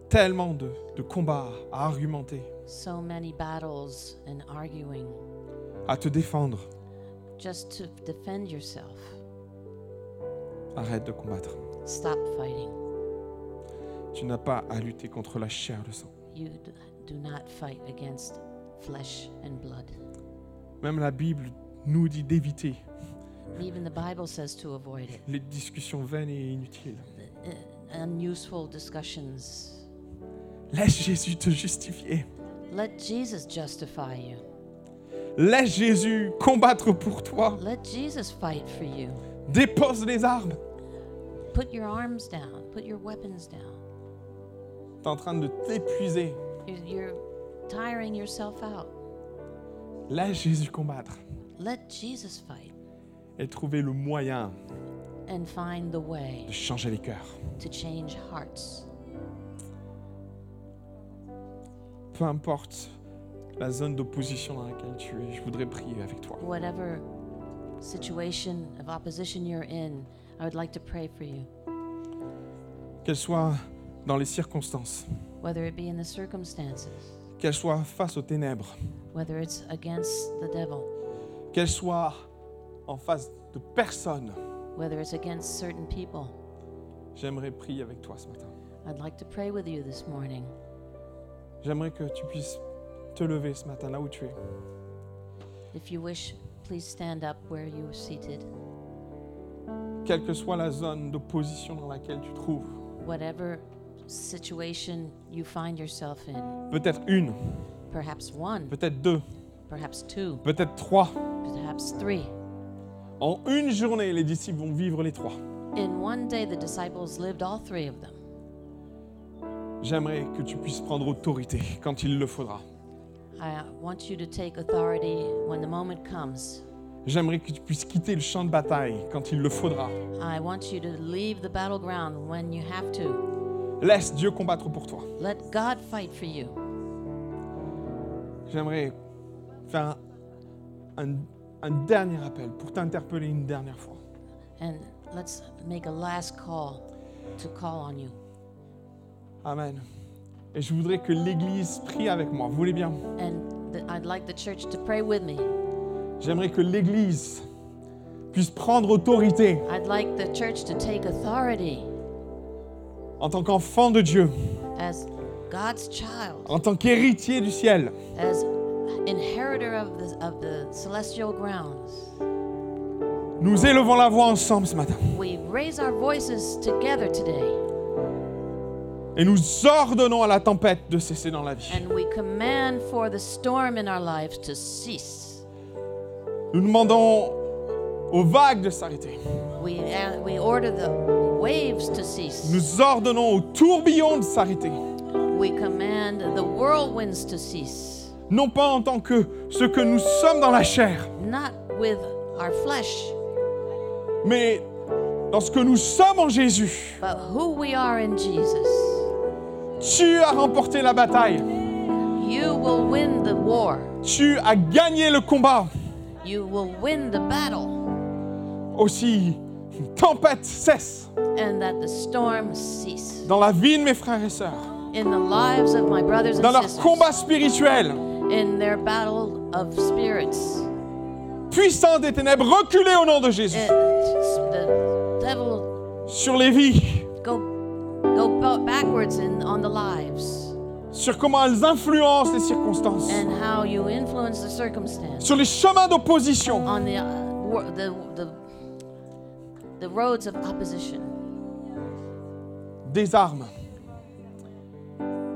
[SPEAKER 2] Tellement de, de combats à argumenter,
[SPEAKER 1] so many battles and arguing
[SPEAKER 2] à te défendre.
[SPEAKER 1] just to defend yourself.
[SPEAKER 2] Arrête de combattre.
[SPEAKER 1] Stop fighting.
[SPEAKER 2] Tu n'as pas à lutter contre la chair et le sang,
[SPEAKER 1] You d- do not fight against flesh and blood.
[SPEAKER 2] Même la Bible nous dit d'éviter
[SPEAKER 1] Even the Bible says to avoid it.
[SPEAKER 2] les discussions vaines et inutiles.
[SPEAKER 1] Uh, unuseful discussions.
[SPEAKER 2] Laisse Jésus te justifier.
[SPEAKER 1] Let Jesus justify you.
[SPEAKER 2] Laisse Jésus combattre pour toi.
[SPEAKER 1] Let Jesus fight for you.
[SPEAKER 2] Dépose les armes.
[SPEAKER 1] Put your arms down. Put your weapons down.
[SPEAKER 2] T'es en train de t'épuiser.
[SPEAKER 1] You're, you're tiring yourself out.
[SPEAKER 2] Laisse Jésus combattre
[SPEAKER 1] Let Jesus fight
[SPEAKER 2] et trouver le moyen
[SPEAKER 1] and find the way
[SPEAKER 2] de changer les cœurs.
[SPEAKER 1] to change hearts.
[SPEAKER 2] Peu importe la zone d'opposition dans laquelle tu es, je voudrais prier avec toi.
[SPEAKER 1] Whatever situation of opposition you're in, I would like to pray for you.
[SPEAKER 2] Qu'elle soit dans les circonstances,
[SPEAKER 1] Whether it be in the circumstances,
[SPEAKER 2] qu'elle soit face aux ténèbres,
[SPEAKER 1] whether it's against the devil,
[SPEAKER 2] qu'elle soit en face de personne,
[SPEAKER 1] whether it's against certain people,
[SPEAKER 2] j'aimerais prier avec toi ce matin.
[SPEAKER 1] I'd like to pray with you this morning.
[SPEAKER 2] J'aimerais que tu puisses te lever ce matin là où tu es.
[SPEAKER 1] If you wish, please stand up where you are seated.
[SPEAKER 2] Quelle que soit la zone d'opposition dans laquelle tu te trouves,
[SPEAKER 1] Whatever situation you find yourself in,
[SPEAKER 2] peut-être une,
[SPEAKER 1] perhaps one,
[SPEAKER 2] peut-être deux,
[SPEAKER 1] perhaps two,
[SPEAKER 2] peut-être trois.
[SPEAKER 1] perhaps three.
[SPEAKER 2] En une journée, les disciples vont vivre les trois.
[SPEAKER 1] In one day, the disciples lived all three of them.
[SPEAKER 2] J'aimerais que tu puisses prendre autorité quand il le faudra.
[SPEAKER 1] I want you to take authority when the moment comes.
[SPEAKER 2] J'aimerais que tu puisses quitter le champ de bataille quand il le faudra.
[SPEAKER 1] I want you to leave the battleground when you have to.
[SPEAKER 2] Laisse Dieu combattre pour toi.
[SPEAKER 1] Let God fight for you.
[SPEAKER 2] J'aimerais faire un, un- un dernier appel pour t'interpeller une dernière fois.
[SPEAKER 1] And let's make a last call to call on you.
[SPEAKER 2] Amen. Et je voudrais que l'Église prie avec moi. Vous voulez bien
[SPEAKER 1] And th- I'd like the church to pray with me.
[SPEAKER 2] J'aimerais que l'Église puisse prendre autorité
[SPEAKER 1] I'd like the church to take authority
[SPEAKER 2] en tant qu'enfant de Dieu,
[SPEAKER 1] as God's child,
[SPEAKER 2] en tant qu'héritier du ciel,
[SPEAKER 1] as inheritor of the, of the celestial grounds.
[SPEAKER 2] Nous élevons la voix ensemble ce matin
[SPEAKER 1] We raise our voices together today.
[SPEAKER 2] et nous ordonnons à la tempête de cesser dans la vie.
[SPEAKER 1] And we command for the storm in our lives to cease.
[SPEAKER 2] Nous demandons aux vagues de s'arrêter.
[SPEAKER 1] We, uh, we order the waves to cease.
[SPEAKER 2] Nous ordonnons aux tourbillons de s'arrêter.
[SPEAKER 1] We command the whirlwinds to cease.
[SPEAKER 2] Non pas en tant que ce que nous sommes dans la chair,
[SPEAKER 1] Not with our flesh,
[SPEAKER 2] mais dans ce que nous sommes en Jésus.
[SPEAKER 1] but who we are in Jesus.
[SPEAKER 2] Tu as remporté la bataille.
[SPEAKER 1] You will win the war.
[SPEAKER 2] Tu as gagné le combat.
[SPEAKER 1] You will win the battle.
[SPEAKER 2] Aussi, une tempête cesse
[SPEAKER 1] And that the storm cease.
[SPEAKER 2] dans la vie de mes frères et sœurs,
[SPEAKER 1] In the lives of my brothers and
[SPEAKER 2] dans leur
[SPEAKER 1] sisters.
[SPEAKER 2] combat spirituel.
[SPEAKER 1] In their battle of spirits.
[SPEAKER 2] Puissant des ténèbres, reculez au nom de Jésus.
[SPEAKER 1] It, the devil
[SPEAKER 2] Sur les vies,
[SPEAKER 1] go go ba- backwards in on the lives
[SPEAKER 2] sur comment elles influencent les circonstances,
[SPEAKER 1] and how you influence the circumstance
[SPEAKER 2] sur les chemins d'opposition.
[SPEAKER 1] on the uh, wor- the the the roads of opposition
[SPEAKER 2] Des armes.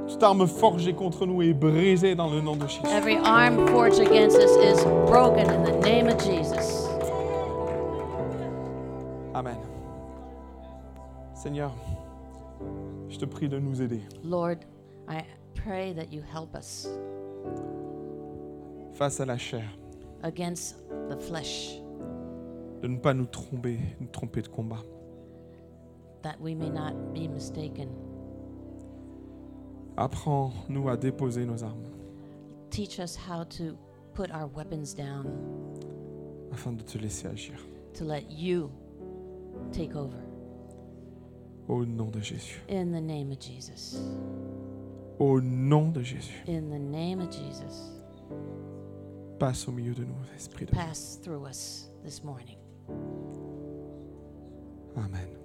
[SPEAKER 2] Toute arme forgée contre nous est brisée dans le nom de Jésus.
[SPEAKER 1] every arm forged against us is broken in the name of jesus
[SPEAKER 2] Amen. Seigneur, je te prie de nous aider
[SPEAKER 1] lord i pray that you help us
[SPEAKER 2] face à la chair,
[SPEAKER 1] against the flesh
[SPEAKER 2] de ne pas nous tromper, nous tromper de combat.
[SPEAKER 1] that we may not be mistaken
[SPEAKER 2] Apprends-nous à déposer nos armes
[SPEAKER 1] teach us how to put our weapons down
[SPEAKER 2] afin de te laisser agir.
[SPEAKER 1] to let you take over
[SPEAKER 2] Au nom de Jésus.
[SPEAKER 1] in the name of jesus
[SPEAKER 2] Au nom de Jésus.
[SPEAKER 1] In the name of Jesus,
[SPEAKER 2] Passe au milieu de nous, Esprit de Dieu.
[SPEAKER 1] pass through us this morning.
[SPEAKER 2] Amen.